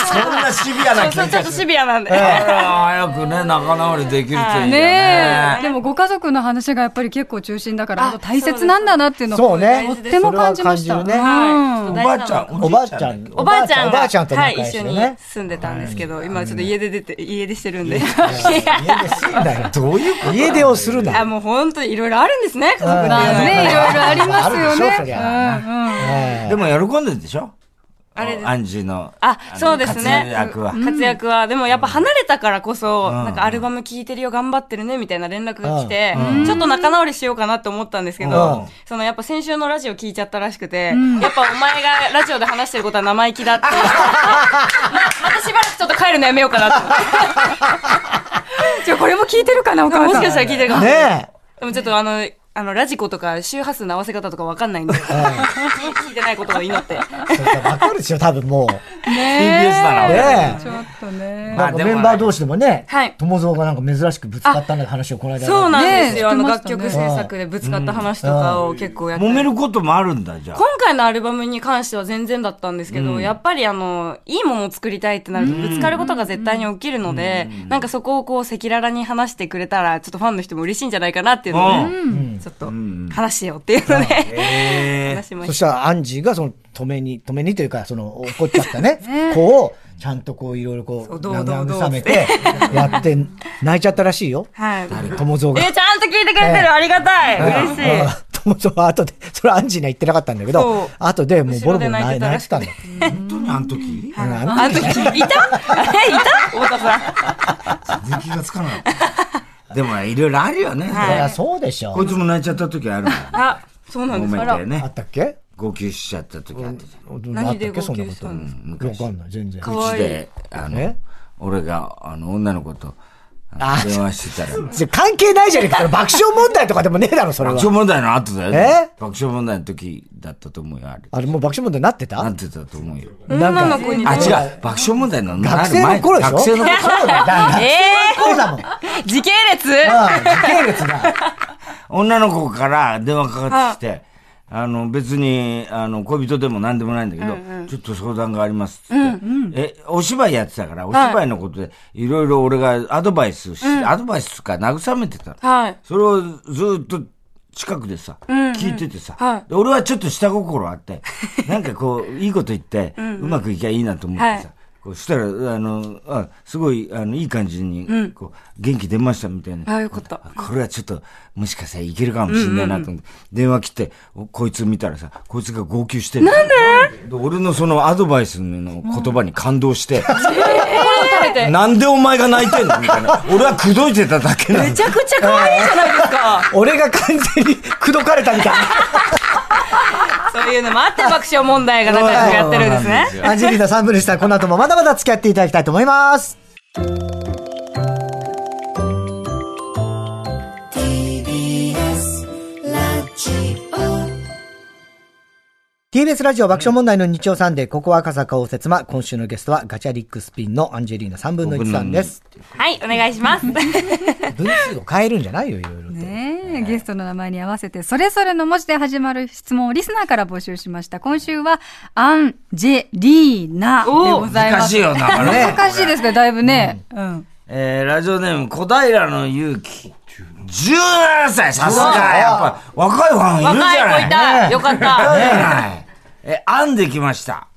Speaker 3: そんなシビア な
Speaker 4: ちょっ
Speaker 3: 喧
Speaker 4: とちょ
Speaker 3: 嘩
Speaker 4: っと
Speaker 3: して
Speaker 4: シビアなんで。
Speaker 3: 早くね、仲直りできるといいよ
Speaker 5: ねえ。
Speaker 3: ね。
Speaker 5: でもご家族の話がやっぱり結構中心だから、本当大切なんだなっていうのを
Speaker 2: そうね
Speaker 5: とっても感じました。
Speaker 2: それは
Speaker 4: はい。
Speaker 5: う
Speaker 4: お
Speaker 5: ん
Speaker 3: おばあちゃん、
Speaker 2: おばあちゃん。
Speaker 4: おばあちゃん
Speaker 2: おば
Speaker 4: が、
Speaker 2: あちゃんと
Speaker 4: は
Speaker 2: 仲
Speaker 4: い、
Speaker 2: 良
Speaker 4: 一
Speaker 2: し
Speaker 4: 緒
Speaker 2: で
Speaker 4: に
Speaker 2: ね。
Speaker 4: 住んでたんですけど、今ちょっと家出出て、家出してるんで。
Speaker 2: 家出すんだよ。どういうこと家出をするな。
Speaker 4: あ、もう本当にいろいろあるんですね、家族っていうの
Speaker 5: まあ
Speaker 4: は。
Speaker 5: ね、いろいろありますよ
Speaker 2: あるでしょそり
Speaker 5: ね。
Speaker 2: ゃ
Speaker 5: うんうん
Speaker 2: ええ
Speaker 3: でも喜んでるでしょ
Speaker 4: あれです
Speaker 3: アンジーの。
Speaker 4: あ
Speaker 3: の、
Speaker 4: そうですね。
Speaker 3: 活躍は。
Speaker 4: 活躍は。でもやっぱ離れたからこそ、なんかアルバム聴いてるよ、頑張ってるね、みたいな連絡が来て、ちょっと仲直りしようかなと思ったんですけ
Speaker 2: うん
Speaker 4: ど、そのやっぱ先週のラジオ聞いちゃったらしくて、やっぱお前がラジオで話してることは生意気だって。ままたしばらくちょっと帰るのやめようかなと思って。
Speaker 5: じゃあこれも聞いてるかな、お母
Speaker 4: も
Speaker 5: さ
Speaker 4: しか
Speaker 5: ん
Speaker 4: し。たら聞いてるかもしれない。
Speaker 2: ね
Speaker 4: でもちょっとあの、あの、ラジコとか周波数の合わせ方とかわかんないんで、聞いてないことを祈って。
Speaker 2: え。それわかるでしょ、多分もう。
Speaker 5: ね
Speaker 3: TBS だな。
Speaker 2: ね
Speaker 5: ちょっとね。
Speaker 2: え。なんかメンバー同士でもね
Speaker 4: はい、
Speaker 2: 友蔵がなんか珍しくぶつかったんだって話をこの間。
Speaker 4: そうなんですよ。
Speaker 5: ね
Speaker 4: あの
Speaker 5: 知っ
Speaker 4: 楽
Speaker 5: てましたね
Speaker 4: 曲制作でぶつかった話とかを結構やって
Speaker 3: 揉めることもあるんだ、じゃあ。
Speaker 4: 今回のアルバムに関しては全然だったんですけど、やっぱりあの、いいものを作りたいってなると、ぶつかることが絶対に起きるので、なんかそこをこう、赤裸々に話してくれたら、ちょっとファンの人も嬉しいんじゃないかなっていうの
Speaker 3: う
Speaker 4: で、ちょっと、話してよっていうので、
Speaker 3: えー
Speaker 4: 話しま
Speaker 2: そ
Speaker 4: し
Speaker 2: したらアンジーがその止めに、止めにというか、そ の怒っちゃったね、子を、ちゃんとこういろいろこう、
Speaker 4: そうどうどうどう
Speaker 2: 慰めて、やって、泣いちゃったらしいよ。
Speaker 4: た。はい。
Speaker 2: 友蔵が。
Speaker 4: え、ちゃんと聞いてくれてるありがたい嬉しい
Speaker 2: あ友蔵は後で、それアンジーには言ってなかったんだけ
Speaker 4: そう
Speaker 2: ど、後でもうボロボロ
Speaker 4: 後ろで泣
Speaker 2: 泣
Speaker 4: いて
Speaker 2: い
Speaker 4: たら
Speaker 2: 泣い
Speaker 4: してく
Speaker 2: たんだ。
Speaker 4: て
Speaker 3: 本当にあの時
Speaker 4: あの時、いたあれいた太田さん。
Speaker 3: 全然気がつかなかった。 でも、いろいろあるよね。
Speaker 2: いや、そうでし
Speaker 3: こ
Speaker 2: ょ
Speaker 3: い。つも泣いちゃった時あるもん。
Speaker 4: あ、 そうなん
Speaker 3: ご
Speaker 4: です
Speaker 3: め
Speaker 4: あ
Speaker 3: んだ
Speaker 4: ら
Speaker 3: よ
Speaker 2: あ
Speaker 3: ね
Speaker 2: っ。たっけ
Speaker 3: 号泣しちゃった時あったじゃん。
Speaker 2: あっ
Speaker 4: 何
Speaker 2: た
Speaker 4: で
Speaker 2: っけ
Speaker 4: 号
Speaker 2: そんな
Speaker 4: 泣
Speaker 2: こ
Speaker 4: し
Speaker 2: と。
Speaker 4: た
Speaker 2: わ
Speaker 4: んですか
Speaker 2: かんない、全然。
Speaker 4: わ
Speaker 3: うち
Speaker 4: いい
Speaker 3: で、あの
Speaker 2: え、
Speaker 3: 俺が、あの、女の子と、あの電話してたら、
Speaker 2: じゃ関係ないじゃねえか、それ爆笑問題とかでもねえだろ、それ
Speaker 3: 爆
Speaker 2: は。
Speaker 3: 笑問題の後だよ
Speaker 2: え。
Speaker 3: ね爆笑問題の時だったと思うよ、あれ。
Speaker 2: あれもう爆笑問題になってた
Speaker 3: なってたと 思うよ。
Speaker 2: なん
Speaker 4: 女の
Speaker 2: か、
Speaker 4: 子に。
Speaker 3: あ、違う。爆笑問題のな
Speaker 2: 学
Speaker 3: る前
Speaker 2: 生の頃でしょ
Speaker 3: 学生の頃。
Speaker 2: そうだよ、だから
Speaker 4: え
Speaker 2: そうだもん。
Speaker 4: ー、時系列
Speaker 2: ああ時系列が。
Speaker 3: 女の子から電話かかってきて、あの、別に、あの、恋人でも何でもないんだけど、ちょっと相談がありますっつって、え、お芝居やってたから、お芝居のことで、いろいろ俺がアドバイスし、アドバイスか慰めてたの。
Speaker 4: はい。
Speaker 3: それをずっと近くでさ、聞いててさ、
Speaker 4: はい
Speaker 3: で俺はちょっと下心あって、 なんかこう、いいこと言って、うまくいきゃいいなと思ってさ、
Speaker 4: はい
Speaker 3: こうしたら、あの、あすごい、あの、いい感じに、こう、元気出ましたみたいな。
Speaker 4: あ、よかった。
Speaker 3: これはちょっと、もしかしたらいけるかもしれないなと思って、電話切って、おこいつ見たらさ、こいつが号泣してるなんで俺のそのアドバイスの言葉に感動して、
Speaker 4: 食べて。
Speaker 3: なんでお前が泣いてんのみたいな。俺は口説いてただけなの
Speaker 4: めち。ゃくちゃ可愛いじゃないですか。
Speaker 2: 俺が完全に口説かれたみたいな。
Speaker 4: そうというのもあって爆笑問題が仲良くやってるんですね。
Speaker 2: アンジェリーナ3分でした。この後もまだまだ付き合っていただきたいと思います。
Speaker 1: TBS ラジオ
Speaker 2: TBS ラジオ爆笑問題の日曜サンデー、ここは赤坂応接間。今週のゲストはガチャリックスピンのアンジェリーナ3分の1さんです。
Speaker 4: はい、お願いします。
Speaker 2: 分数を変えるんじゃないよ、いろいろと。
Speaker 5: ねえ、ゲストの名前に合わせて、それぞれの文字で始まる質問をリスナーから募集しました。今週は、アンジェリーナでございます。
Speaker 3: 難しいよな、あれ。
Speaker 5: 難しいですね、だいぶね。うん。
Speaker 3: えー、ラジオネーム、小平の勇気。17歳、さすが。やっぱ、若いファンいるじゃ
Speaker 4: 若
Speaker 3: ないい
Speaker 4: 子いた。よかった。
Speaker 3: ねええ、編んできました。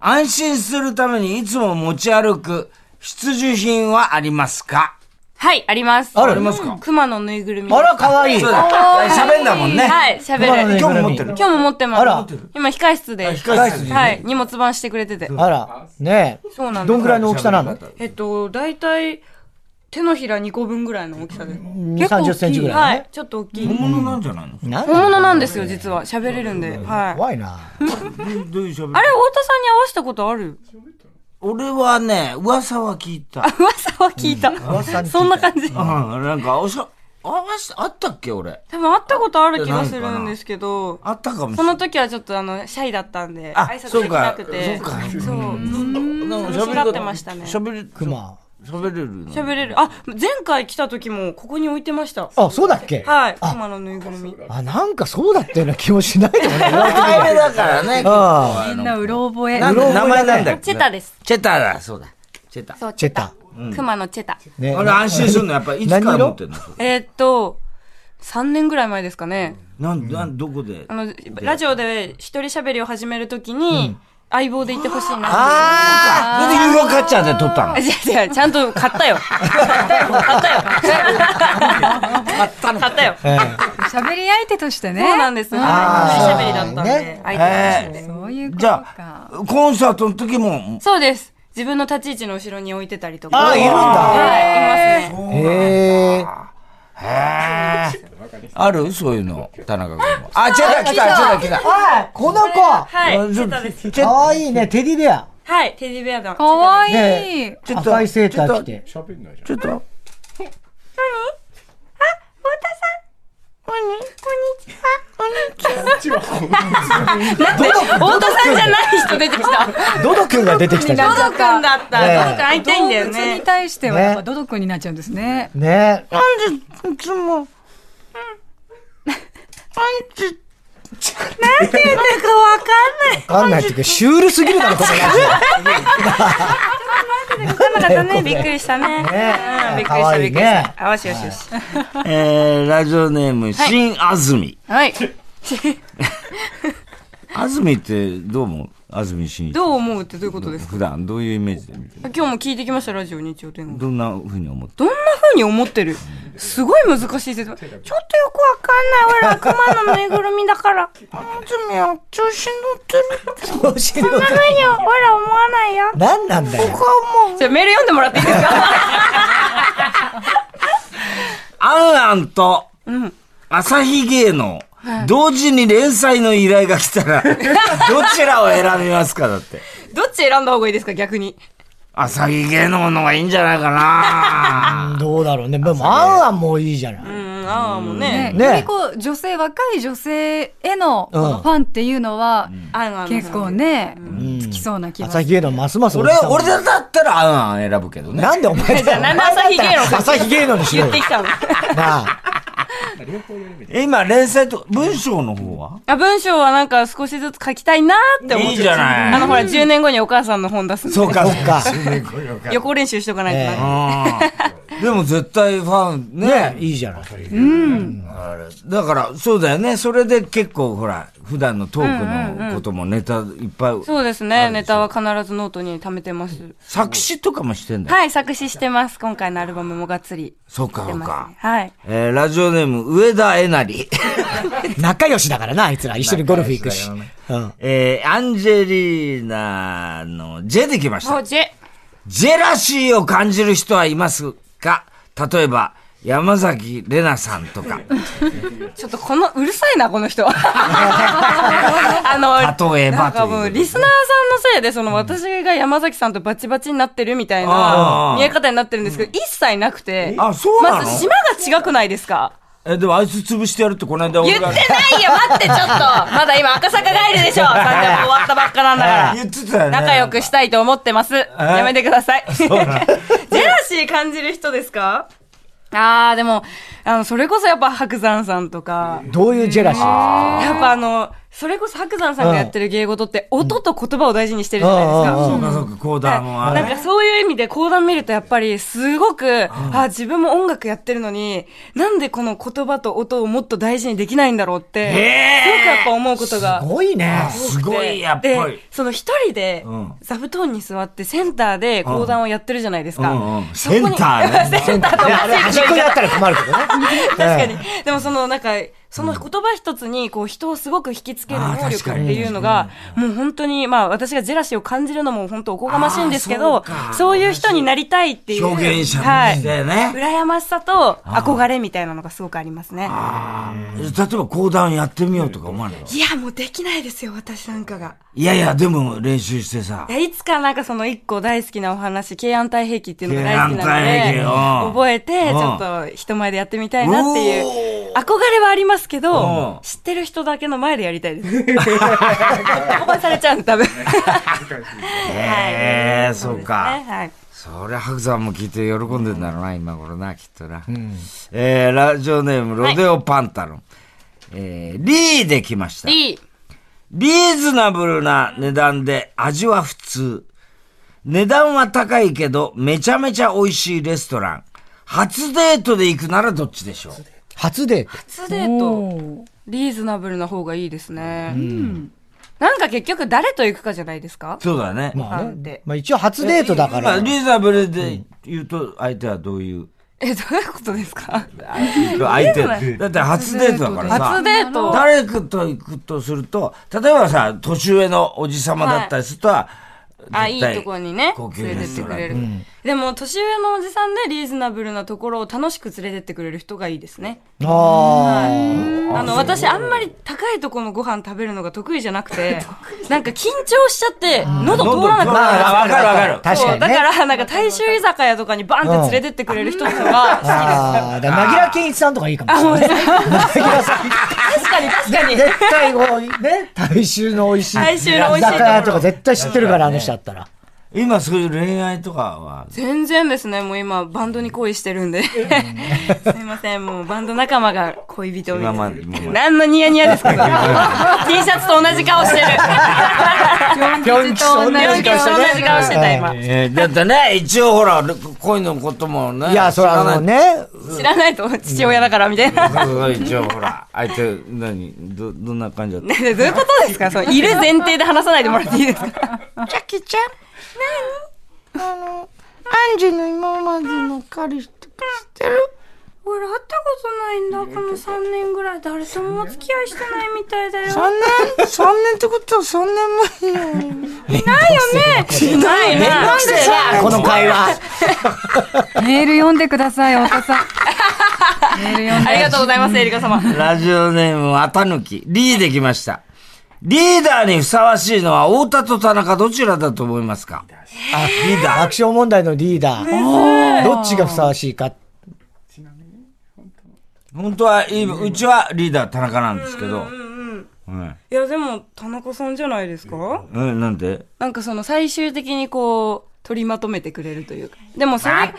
Speaker 3: 安心するためにいつも持ち歩く必需品はありますか
Speaker 4: はい、あります。
Speaker 2: あるあります
Speaker 4: か熊のぬいぐるみ。
Speaker 2: あら、かわいい。
Speaker 3: そうだ。喋んだもんね。
Speaker 4: はい、喋る。
Speaker 3: 今日も持ってる。
Speaker 4: 今日も持ってます。
Speaker 2: あら
Speaker 4: 今、控室で。
Speaker 3: 控室にね
Speaker 4: はい、荷物番してくれてて。
Speaker 2: あら、ねえ。
Speaker 4: そうなんです。
Speaker 2: どんぐらいの大きさなの
Speaker 4: えっと、大体、手のひら2個分ぐらいの大きさで。
Speaker 2: ?2、30センチぐ
Speaker 4: は
Speaker 2: らい
Speaker 4: い、ちょっと大きい。
Speaker 3: 本物なんじゃないの
Speaker 2: ね。なん
Speaker 4: 本
Speaker 2: だ
Speaker 4: 物なんですよ、実は。喋れるんで。はい。
Speaker 2: 怖いな。
Speaker 3: どういう喋
Speaker 4: あ
Speaker 3: り
Speaker 4: れ、太田さんに合わせたことある
Speaker 3: 俺はね、噂は聞いた。
Speaker 4: 噂は聞いた。そんな感じ。
Speaker 3: うん、なんか、おしゃ、あわし、あったっけ俺。
Speaker 4: 多分会ったことある気がするんですけど、
Speaker 3: あったかもし
Speaker 4: そ
Speaker 3: れな
Speaker 4: の。
Speaker 3: い
Speaker 4: 時はちょっとあの、シャイだったんで、
Speaker 3: あ
Speaker 4: 挨拶できなくて。
Speaker 3: そうかそうか
Speaker 4: そう。
Speaker 3: なんか
Speaker 4: 寂しがってましたね
Speaker 3: 喋る、
Speaker 2: 熊。
Speaker 3: 喋れるの
Speaker 4: 喋れる。あ、前回来た時もここに置いてました。
Speaker 2: あ、そうだっけ
Speaker 4: はい、熊のぬいぐるみ。
Speaker 2: あ、なんかそうだったような気もしないでもない。
Speaker 3: 二回目だからね。
Speaker 2: あ
Speaker 5: みんなうろ覚え。
Speaker 3: なんだ名前なんだっけ
Speaker 4: チェタです。
Speaker 3: チェタだ、そうだ。チェタ。
Speaker 4: そう、
Speaker 2: チェタ。
Speaker 4: 熊のチェタ。
Speaker 2: ね
Speaker 3: あれ安心するのやっぱいつか
Speaker 2: 何
Speaker 3: ら
Speaker 2: 色
Speaker 3: 持ってんの
Speaker 4: えーっと、3年ぐらい前ですかね。
Speaker 3: なん、なん、どこで
Speaker 4: あの、ラジオで一人喋りを始めるときに、相棒でいてほしいなって。
Speaker 3: ああそれでユーロカッチャーで撮ったの
Speaker 4: 違う違う、ちゃんと買ったよ。買ったよ、買ったよ。買ったの買ったよ。そ
Speaker 5: 喋り相手としてね。
Speaker 4: うなんです。一人喋りだったんで
Speaker 2: ね、
Speaker 4: 相手として
Speaker 5: そういうこと
Speaker 3: じゃ
Speaker 5: か。
Speaker 3: あ、コンサートの時も、
Speaker 4: そうです。自分の立ち位置の後ろに置いてたりとか。
Speaker 2: あ、いるんだ。
Speaker 4: はい、いますね。
Speaker 2: へえ。
Speaker 3: あるそういうの、田中君も。あ、チェタ来た、チェタ来た。
Speaker 2: あ、この子
Speaker 4: はい、チェタです。
Speaker 2: かわいいね、テディベア。
Speaker 4: はい、テディベアだ。
Speaker 5: かわいい。
Speaker 2: ね
Speaker 3: ちょっと
Speaker 2: 赤いセーター着て。
Speaker 3: ちょっと。
Speaker 4: 太田さんじゃない人出てきた。ド
Speaker 2: ドド君が出てきたじゃん。
Speaker 4: ド君だった。
Speaker 2: ね
Speaker 4: ドド君会いたいんだよ
Speaker 5: 動物に
Speaker 4: ね。
Speaker 5: 対してはやっぱドド君になっちゃうんですね。
Speaker 2: ねえ。
Speaker 4: なんかわかんない。
Speaker 2: わかんないっていうか、シュールすぎるだろ、この感
Speaker 4: わかんなかったね。びっくりしたね。
Speaker 2: ね
Speaker 4: うんびっ
Speaker 2: 可
Speaker 4: くりした、
Speaker 2: 愛
Speaker 4: び
Speaker 2: いね
Speaker 4: っくりした。あ、よしよしよし。
Speaker 3: えー、ラジオネーム、新安住。
Speaker 4: はい。
Speaker 3: 安住ってどうも安住新一。
Speaker 4: どう思うってどういうことですか
Speaker 3: 普段どういうイメージで見てる
Speaker 4: 今日も聞いてきました、ラジオ日曜天国。
Speaker 3: どんな風に思って
Speaker 4: どんな風に思ってるすごい難しい説明。ちょっとよくわかんない。俺ら熊のぬいぐるみだから。安住は調子乗ってる。
Speaker 2: じ。調子乗ってる
Speaker 4: 何には俺ら思わないや。
Speaker 2: 何なんだよ。
Speaker 4: じゃメール読んでもらっていいです か
Speaker 3: アンアンと、朝日芸能、同時に連載の依頼が来 たら、どちらを選びますかだって。
Speaker 4: どっち選んだ方がいいですか逆に。
Speaker 3: 朝日芸能の方がいいんじゃないか な
Speaker 2: どうだろうね。でも、アンアンもいいじゃない。
Speaker 4: うん、ああ、もうね。
Speaker 5: ね
Speaker 2: ね
Speaker 5: よりこう、女性、若い女性へのこのファンっていうのは、
Speaker 4: あのあの
Speaker 5: 結構ね、つきそうな気が
Speaker 2: 朝日芸能ますます
Speaker 3: 俺
Speaker 2: じさん、
Speaker 3: 俺だったらアンアン選ぶけどね。
Speaker 2: なんでお前だよ
Speaker 4: じゃあなんで朝日芸能
Speaker 2: 朝日芸能にしろ
Speaker 4: 言
Speaker 2: よ
Speaker 4: って。きたの。
Speaker 2: なあ。
Speaker 3: 今連載と、文章の方は
Speaker 4: あ文章はなんか少しずつ書きたいなーって思って
Speaker 3: いいじゃない
Speaker 4: あのほら、10年後にお母さんの本出すんで
Speaker 3: そうか、
Speaker 2: そっか。
Speaker 4: 予行練習しとかないとな。
Speaker 3: うんでも絶対ファンね
Speaker 2: ねいいじゃない。
Speaker 3: だから、そうだよね。それで結構、ほら、普段のトークのこともネタいっぱい、
Speaker 4: そうですね。ネタは必ずノートに貯めてます。
Speaker 3: 作詞とかもしてんだよ。
Speaker 4: はい、作詞してます。今回のアルバムもがっつり。
Speaker 3: そうか、
Speaker 4: 出
Speaker 3: そう
Speaker 4: ます
Speaker 3: か
Speaker 4: ね。。はい。
Speaker 3: えーラジオネーム、上田え なり。
Speaker 2: 仲良しだからな、あいつら。一緒にゴルフ行くし。うん。
Speaker 3: えーアンジェリーナの J できまし
Speaker 4: お
Speaker 3: た。
Speaker 4: ジェ。
Speaker 3: ジェラシーを感じる人はいますか例えば、山崎玲奈さん とか、
Speaker 4: ちょっとこの、うるさいな、こ の人。あの、
Speaker 3: 例えば
Speaker 4: なん
Speaker 3: と
Speaker 4: か
Speaker 3: いうこ
Speaker 4: も
Speaker 3: と
Speaker 4: う、
Speaker 3: で
Speaker 4: リスナーさんのせいで、その、私が山崎さんとバチバチになってるみたい
Speaker 3: あ
Speaker 4: な
Speaker 3: ー
Speaker 4: 見え方になってるんですけど、一切なくて。
Speaker 3: あそうなの
Speaker 4: まず、島が違くないですか
Speaker 3: え、でもあいつ潰してやるってこの間
Speaker 4: 言
Speaker 3: 俺
Speaker 4: って
Speaker 3: が
Speaker 4: ないよ待って、ちょっとまだ今、赤坂帰り でしょ三月終わったばっかなんだから。
Speaker 3: 言ってたよね。
Speaker 4: 仲良くしたいと思ってます。やめてください。 ジェラシー感じる人ですかあー、でも、あの、それこそやっぱ白山さんとか、
Speaker 2: どういうジェラシー
Speaker 4: やっぱあの、それこそ白山さんがやってる芸事って、音と言葉を大事にしてるじゃないですか。
Speaker 3: そうかそうか、コーダーもあ
Speaker 4: なん
Speaker 3: れ。
Speaker 4: かそういう意味で講談見るとやっぱりすごく、あ、自分も音楽やってるのに、なんでこの言葉と音をもっと大事にできないんだろうって、すごくやっぱ思うことが
Speaker 2: す。ごいね。
Speaker 3: すごい、やっぱ
Speaker 4: で
Speaker 3: り。、
Speaker 4: その一人で
Speaker 3: ん、
Speaker 4: 座布団に座ってセンターで講談をやってるじゃないですか。
Speaker 3: うんうん
Speaker 4: そこに
Speaker 3: センターね
Speaker 4: センターと
Speaker 2: い
Speaker 4: か
Speaker 2: やあれ端っこにあったら困るけどね。
Speaker 4: 確かに。でもその、なんか、その言葉一つに、こう、人をすごく引きつける能力っていうのが、もう本当に、まあ、私がジェラシーを感じるのも本当おこがましいんですけ
Speaker 3: あ
Speaker 4: ど
Speaker 3: ーそうか、
Speaker 4: そういう人になりたいっていう。
Speaker 3: 表現者
Speaker 4: は
Speaker 3: と
Speaker 4: い
Speaker 3: して。ね。
Speaker 4: 羨ましさと憧れみたいなのがすごくありますね。
Speaker 3: 例えば講談やってみようとか思わないの
Speaker 4: いや、もうできないですよ、私なんかが。
Speaker 3: いやいや、でも練習してさ
Speaker 4: い。や、いつかなんかその一個大好きなお話、慶安太平記っていうのが大好き
Speaker 3: 慶安太平
Speaker 4: な
Speaker 3: 記
Speaker 4: の
Speaker 3: う
Speaker 4: で、
Speaker 3: ん
Speaker 4: 覚えて、
Speaker 3: う
Speaker 4: ち
Speaker 3: ん
Speaker 4: ょっと人前でやってみたいなっていう
Speaker 3: お、
Speaker 4: 憧れはありますけ
Speaker 3: うん
Speaker 4: ど、知ってる人だけの前でやりたい です。飛ばされちゃうんで、多分。
Speaker 3: へえ、そうか。
Speaker 4: はい。
Speaker 3: そりゃ、白山も聞いて喜んでんだろうな、今頃な、きっとな。えー、ラジオネーム、ロデオパンタロン。えー、リーできました。
Speaker 4: いい。
Speaker 3: リーズナブルな値段で味は普通。値段は高いけど、めちゃめちゃ美味しいレストラン。初デートで行くならどっちでしょう
Speaker 2: 初デート。
Speaker 4: 初デート、リーズナブルな方がいいですね。なんか結局誰と行くかじゃないですか
Speaker 3: そうだね。ま
Speaker 4: あんで。
Speaker 2: まあ一応初デートだから
Speaker 3: あ、。リーズナブルで言うと、相手はどういう、
Speaker 4: え、どういうことですか
Speaker 3: 相手。だって初デートだからさ。
Speaker 4: 初デート。
Speaker 3: 誰かと行くとすると、例えばさ、年上のおじ様だったりするとは、
Speaker 4: あ、い
Speaker 3: 絶
Speaker 4: い
Speaker 3: 対
Speaker 4: とこにね、
Speaker 3: 高級
Speaker 4: 連れ
Speaker 3: レ
Speaker 4: てっ
Speaker 3: ス
Speaker 4: て
Speaker 3: ト
Speaker 4: く
Speaker 3: ラン
Speaker 4: れる。でも、年上のおじさんでリーズナブルなところを楽しく連れてってくれる人がいいですね。
Speaker 2: あ
Speaker 4: あの、私、あんまり高いとこのご飯食べるのが 得意じゃなくて、なんか緊張しちゃって、喉通らなくなるんです
Speaker 3: まあ
Speaker 4: よ。
Speaker 3: わかるわかる。
Speaker 2: 確か
Speaker 4: そ
Speaker 2: に
Speaker 4: う、だ
Speaker 2: ね
Speaker 4: か。ら、なんか大衆居酒屋とかにバンって連れてってくれる人とかが、
Speaker 2: ああ、だから、なぎら健一さんとかいいかもしれない。
Speaker 4: 確かに確かに。
Speaker 2: 絶対こう、ね、大衆の美味しい。
Speaker 4: 大衆の美味しいところ
Speaker 2: 居酒屋とか絶対知ってるから、あの人だったら。
Speaker 3: 今そういう恋愛とかは、
Speaker 4: 全然ですね、もう今、バンドに恋してるんで。 すいません、もうバンド仲間が恋人みた
Speaker 3: 今
Speaker 4: い
Speaker 3: ま
Speaker 4: な。
Speaker 3: で、今まで。
Speaker 4: 何のニヤニヤ ですか T シャツと同じ顔してる。
Speaker 2: ぴょん吉と同
Speaker 4: 同じ顔してた、今。
Speaker 3: えーだってね、一応ほら、恋のこともね。
Speaker 2: いや、それあの
Speaker 3: 知
Speaker 2: ね、
Speaker 4: 知らないと父親だからみたいな。
Speaker 3: らない。そうそう一応ほら、相手、何、ど、どんな感じだった
Speaker 4: どういうことですかそのいる前提で話さないでもらっていい ですか
Speaker 6: ジャッキーちゃん何あの、アンジュの今までの彼氏とか知ってる
Speaker 7: 俺会ったことないんだこの3年ぐらい誰ともお付き合いしてないみたいだよ
Speaker 6: ?3 年 ?3 年ってことは3年前の。
Speaker 4: ないな。
Speaker 2: この会話。
Speaker 5: メール読んでください、太田 さん。メール読ん
Speaker 4: あり
Speaker 5: で。
Speaker 4: がとうございます、エリカ様。
Speaker 3: ラジオネーム、あたぬき。リーできました。リーダーにふさわしいのは、太田と田中どちらだと思いますか
Speaker 2: あ、リーダー。アクション問題のリーダー。どっちがふさわしいか。
Speaker 3: 本当は、いいうちはリーダー田中なんですけど。うん。
Speaker 4: いや、でも、田中さんじゃないですか
Speaker 3: え、なんで
Speaker 4: なんかその最終的にこう、取りまとめてくれるというか。でもそれ、あれ、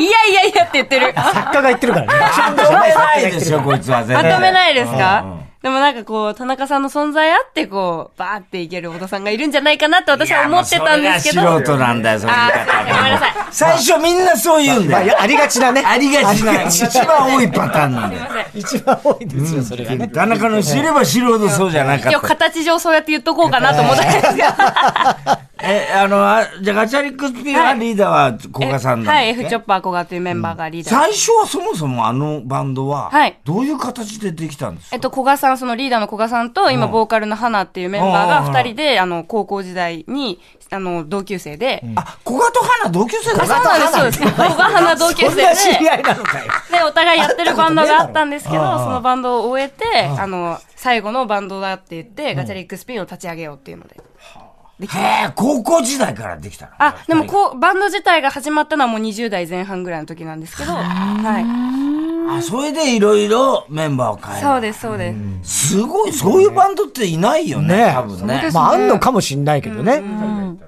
Speaker 4: いやいやいやって言ってる。
Speaker 2: 作家が言ってるからね。アクション問
Speaker 3: まとめ
Speaker 2: 題
Speaker 3: ないでしょ、こいつは絶
Speaker 4: ま
Speaker 3: 対。
Speaker 4: とめ
Speaker 3: い。
Speaker 4: ないです
Speaker 3: うんうん
Speaker 4: かでもなんかこう、田中さんの存在あって、こう、バーっていける小田さんがいるんじゃないかなって私は思ってたんですけど。
Speaker 3: 素人なんだよ、その言い
Speaker 4: あ
Speaker 3: 方。
Speaker 4: ー、ごめんなさい。
Speaker 3: 最初みんなそう言うん
Speaker 2: まあ
Speaker 3: だ
Speaker 2: い
Speaker 3: よ。
Speaker 2: やありがちだね。
Speaker 3: ありがち
Speaker 2: あ
Speaker 3: な、
Speaker 2: りがち
Speaker 3: 一番多いパターンなんだよ。
Speaker 2: 一番多いですよ、それがね。
Speaker 3: 田中の知れば知るほどそうじゃなか
Speaker 4: 一応
Speaker 3: った。
Speaker 4: 形上そうやって言っとこうかなと思ったんですけど。
Speaker 3: え、あの、あじゃあガチャリックスピンは
Speaker 4: はい
Speaker 3: リーダーは古賀さんなんだっ
Speaker 4: は
Speaker 3: け
Speaker 4: い、F チョッパー小賀というメンバーがリーダー。
Speaker 3: 最初はそもそもあのバンドは
Speaker 4: はい、
Speaker 3: どういう形でできたんですか
Speaker 4: えっと、古賀さん、そのリーダーの古賀さんと、今、ボーカルの花っていうメンバーが二人で、あの、高校時代に、あの、同級生で、
Speaker 3: あ、古賀と花同級生だ
Speaker 4: あそうなんです、そうです。古賀花同級生
Speaker 3: そんな知り
Speaker 4: で、
Speaker 3: 合いなのかよ。
Speaker 4: で、お互いやってるバンドがあったんですけど、そのバンドを終えて、あの、最後のバンドだって言って、ガチャリックスピンを立ち上げようっていうので。
Speaker 3: へえ、高校時代からできたの。
Speaker 4: あ、でもこう、バンド自体が始まったのはもう20代前半ぐらいの時なんですけど、は
Speaker 3: あ、それでいろいろメンバーを変え
Speaker 4: い。
Speaker 3: る。
Speaker 4: そうです、そうです。
Speaker 3: すごい、そういうバンドっていないよね、
Speaker 2: ね
Speaker 3: 多分ね。
Speaker 2: まあ、あんのかもしんないけどね。うん。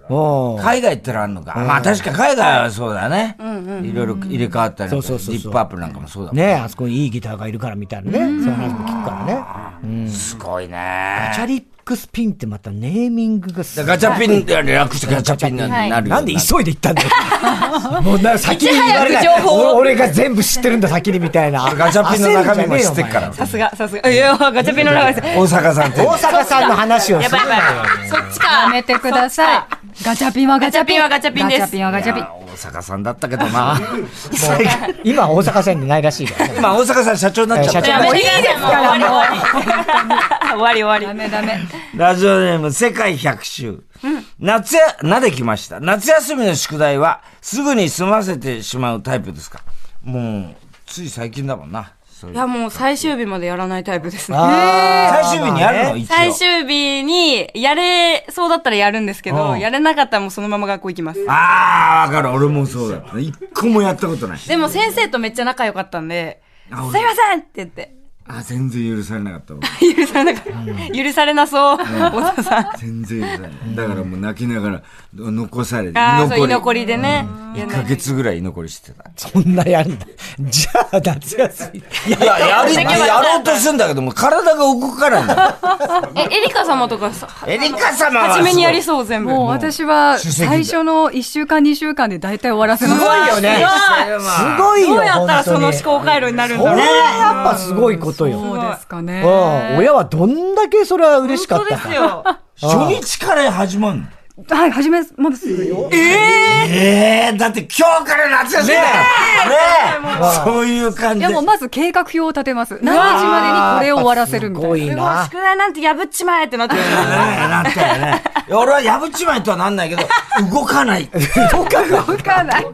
Speaker 3: 海外行ったらあんのか。まあ確か海外はそうだね。いろいろ入れ替わったりとか、
Speaker 2: そうそうそうそう
Speaker 3: リップアップなんかもそうだもん。
Speaker 2: ねあそこにいいギターがいるからみたいなね。そういう話も聞くからね。
Speaker 3: すごいね。
Speaker 2: ガチャリックスピンってまたネーミングがすごい
Speaker 3: ガチャピンって略してガチャピンになるよ。
Speaker 2: なんで急いで行ったんだよ。 もうな先に言われない
Speaker 4: いち早く情報を
Speaker 2: お俺が全部知ってるんだ先にみたいな。
Speaker 3: ガチャピンの中身も知ってっか
Speaker 2: 焦るん
Speaker 3: ら。大
Speaker 4: さすが、さすが。いや、ガチャピンの中です。
Speaker 3: 阪さんって
Speaker 2: じゃねえよ。お前大阪さんの話をす
Speaker 4: や
Speaker 2: るな
Speaker 4: ばい
Speaker 2: よ。
Speaker 4: やばい。そっちか。
Speaker 5: やめてください。ガチャピンはガチャピ
Speaker 4: ガチャピ
Speaker 5: ン。
Speaker 4: ンはガチャピンです
Speaker 5: ガチャピンはガチャピン。
Speaker 3: あ大阪さんだったけ どな。
Speaker 2: 今大阪さんにないらしいからね。
Speaker 3: 今大阪さん社長になっちゃ
Speaker 2: 社
Speaker 3: っ
Speaker 2: 長
Speaker 4: や
Speaker 3: た。
Speaker 4: めてください。もう終わり終わり。終わり終わ
Speaker 5: ダ
Speaker 4: り。
Speaker 5: メダメ。
Speaker 3: ラジオネーム世界百周。夏や、なできました。夏休みの宿題はすぐに済ませてしまうタイプですかもう、つい最近だもんな。そうい
Speaker 4: いうや、もう最終日までやらないタイプですね。
Speaker 2: あ
Speaker 3: 最
Speaker 2: ー
Speaker 3: 終日にやる
Speaker 2: まあ
Speaker 3: の
Speaker 2: ね
Speaker 3: 一応。
Speaker 4: 最終日に、やれそうだったらやるんですけ
Speaker 3: う
Speaker 4: ど、
Speaker 3: ん
Speaker 4: やれなかったらもうそのまま学校行きます。
Speaker 3: ああ、わかる。俺もそうだった。一個もやったことない。
Speaker 4: でも先生とめっちゃ仲良かったんで、すい
Speaker 3: あ
Speaker 4: ま
Speaker 3: 俺
Speaker 4: せんって言って。
Speaker 3: あ、全然許されなかった。俺
Speaker 4: 許されなかった。許されなそう。大田さん。
Speaker 3: 全然許されない。だからもう泣きながら、残されて、
Speaker 4: ああ、そう、居
Speaker 3: 居残
Speaker 4: 残
Speaker 3: り。
Speaker 4: りでね。いや
Speaker 3: 1ヶ月ぐらい居残りしてた。
Speaker 2: そんなやるんだ。 じゃあ夏休み。いや
Speaker 3: いや、やる、やろうとするんだけども、体が動かないんだ。
Speaker 4: え、エリカ様とかさ、
Speaker 3: エリカ様はすごい
Speaker 4: 初めにやりそう、全部。
Speaker 5: もう私は
Speaker 3: 主席
Speaker 5: 最初の1週間2週間で大体終わらせます。
Speaker 2: よねすごいよ。
Speaker 4: どうやったらそ
Speaker 2: 本
Speaker 4: の
Speaker 2: 当に
Speaker 4: 思考回路になるん
Speaker 2: こ
Speaker 4: だ
Speaker 2: れは
Speaker 4: ろう。
Speaker 2: やっぱすごいことよ。
Speaker 5: そうですかね。
Speaker 2: うん、親はどんだけそれは嬉しか
Speaker 4: 本
Speaker 2: っ
Speaker 4: 当
Speaker 2: た
Speaker 4: で
Speaker 2: か
Speaker 4: す。よ。
Speaker 3: 初日から始まんの
Speaker 5: はい、始めますよ。
Speaker 3: ええだって今日から夏休みだよねえそういう感
Speaker 5: い
Speaker 3: じ
Speaker 5: や
Speaker 3: で
Speaker 5: もう。まず計画表を立てます。何時までにこれを終わらせるみ
Speaker 2: す
Speaker 5: た
Speaker 2: ご
Speaker 5: い
Speaker 2: い
Speaker 5: な。
Speaker 2: な。
Speaker 4: 宿題なんて破っちまえってなってる。
Speaker 3: ねえなったよね。いや俺はやぶっちまいとはなんな いけど、動かない
Speaker 5: 動かない。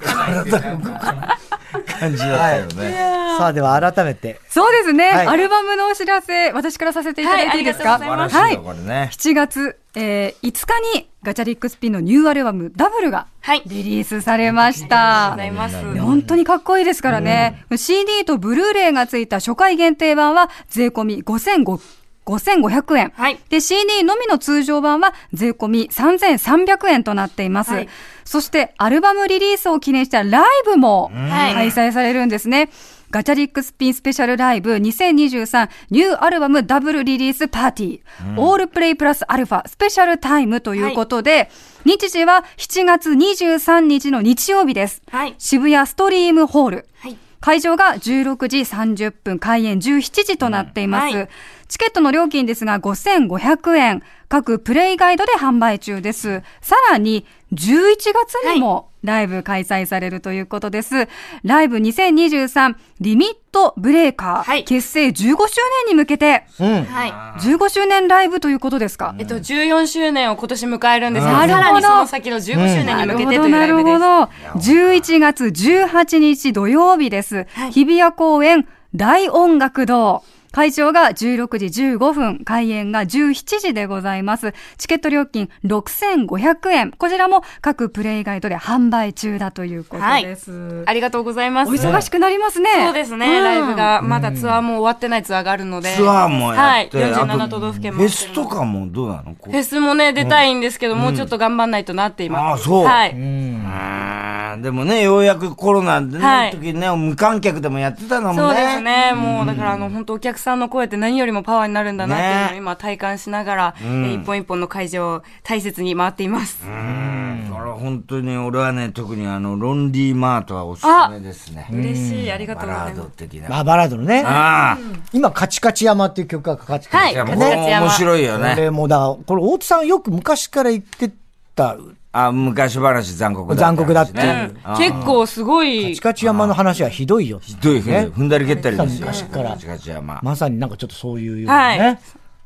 Speaker 3: 感じだったよね。
Speaker 2: さあでは改めて。
Speaker 5: そうですね、
Speaker 2: はい
Speaker 5: アルバムのお知らせ、私からさせていただいていいですか。
Speaker 4: はいあり
Speaker 3: 素晴らしいよ、これね。
Speaker 5: 7月、えー5日にガチャリックスピンのニューアルバムダブルが
Speaker 4: はい
Speaker 5: リリースされました。
Speaker 4: ありがとうございます。
Speaker 5: 本当にかっこいいですからね。CD とブルーレイがついた初回限定版は税込み5500 5500円。
Speaker 4: はい
Speaker 5: で、CD のみの通常版は税込み3300円となっています。
Speaker 4: はい
Speaker 5: そして、アルバムリリースを記念したライブも
Speaker 4: はい
Speaker 5: 開催されるんですね。ガチャリックスピンスペシャルライブ2023ニューアルバムダブルリリースパーティー、オールプレイプラスアルファスペシャルタイムということで、日時は7月23日の日曜日です。
Speaker 4: はい
Speaker 5: 渋谷ストリームホール。
Speaker 4: はい
Speaker 5: 会場が16時30分、開演17時となっています。
Speaker 4: うんはい
Speaker 5: チケットの料金ですが5500円。各プレイガイドで販売中です。さらに、11月にもライブ開催されるということです。ライブ2023リミットブレーカー、
Speaker 4: はい
Speaker 5: 結成15周年に向けて、
Speaker 4: はい。
Speaker 5: 15周年ライブということですか
Speaker 4: えっと、14周年を今年迎えるんですけど、さ
Speaker 5: なるほど
Speaker 4: らにその先の15周年に向けてというラ
Speaker 5: な
Speaker 4: イ
Speaker 5: る
Speaker 4: ブ
Speaker 5: ほ
Speaker 4: です。
Speaker 5: ど、なるほど。11月18日土曜日です。日比谷公園大音楽堂。会場が16時15分、開演が17時でございます。チケット料金6500円。こちらも各プレイガイドで販売中だということです。
Speaker 4: ありがとうございます。
Speaker 5: お忙しくなりますね。
Speaker 4: そうですね、
Speaker 5: ん
Speaker 4: ライブ。が。まだツアーも終わってないツアーがあるので。
Speaker 3: ツアーもやって、
Speaker 4: はい。
Speaker 3: あ
Speaker 4: 47
Speaker 3: と
Speaker 4: 都道府県も
Speaker 3: フ
Speaker 4: やってる
Speaker 3: ェス
Speaker 4: ので
Speaker 3: とかもどうなのこう
Speaker 4: フェスもね、出たいんですけど、もうちょっと頑張んないとなって今。
Speaker 3: ああそう
Speaker 4: はい。
Speaker 3: あーでもね、ようやくコロナでね、
Speaker 4: はい
Speaker 3: 時にね、無観客でもやってたのもんね。
Speaker 4: そうですね。もう、だから、あの、本当お客さんの声って何よりもパワーになるんだなっていうのを
Speaker 3: ね
Speaker 4: 今体感しながら、えー一本一本の会場を大切に回っています。
Speaker 3: うん。だから本当に俺はね、特にあの、ロンリーマートはおすすめですね。
Speaker 4: 嬉しい、ありが
Speaker 3: バ
Speaker 4: とうござ
Speaker 3: ラ
Speaker 4: い
Speaker 3: ード
Speaker 4: ま
Speaker 3: 的な。
Speaker 2: まあバラードのね。
Speaker 3: ああ。
Speaker 2: 今カチカチ山っていう曲がかかってたんですよ
Speaker 4: い
Speaker 3: いや、もう
Speaker 4: カチカチ山
Speaker 3: 面白いよ
Speaker 2: こ
Speaker 3: ね。
Speaker 2: れもだから、これ大津さんよく昔から言ってた
Speaker 3: あ、昔話残酷だ、
Speaker 2: 残酷だっていう。
Speaker 4: 結構すごい
Speaker 2: チ、カチ山の話はひどいよ。
Speaker 3: ひどいふん、踏んだり蹴ったりですよ。
Speaker 2: 昔から
Speaker 3: ガチガチ山。
Speaker 2: まさになんかちょっとそういうようなね。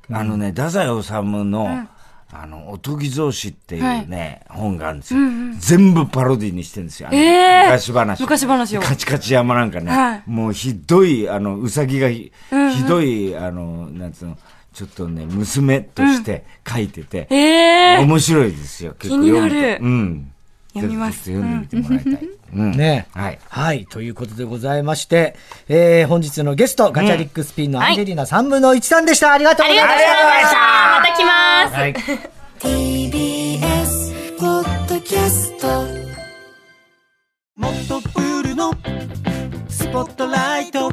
Speaker 4: は
Speaker 3: あのね、太宰治の、あの、おとぎ草子っていうね、本があるんですよ。全部パロディにしてるんですよ。あの
Speaker 4: えー
Speaker 3: 昔話。
Speaker 4: 昔話を
Speaker 3: カチカチ山なんかね、
Speaker 4: はい
Speaker 3: もうひどい、あの、うさぎがひ,、ひどい、あの、なんつうの、ちょっとね、娘として書いてて、
Speaker 4: えー、
Speaker 3: 面白いですよ。結構
Speaker 4: 気になる
Speaker 3: 読むとうん。
Speaker 4: 読みます
Speaker 3: ぜひぜひ読んでみてもらいたい。うん。
Speaker 2: ね
Speaker 3: はい。
Speaker 2: はい。ということでございまして、えー、本日のゲスト、ガチャリックスピンのアンジェリーナ3分の1さんでした。ありがとうございました。
Speaker 4: また来ます。
Speaker 1: TBS ポッドキャスト
Speaker 8: もっとプールのスポットライト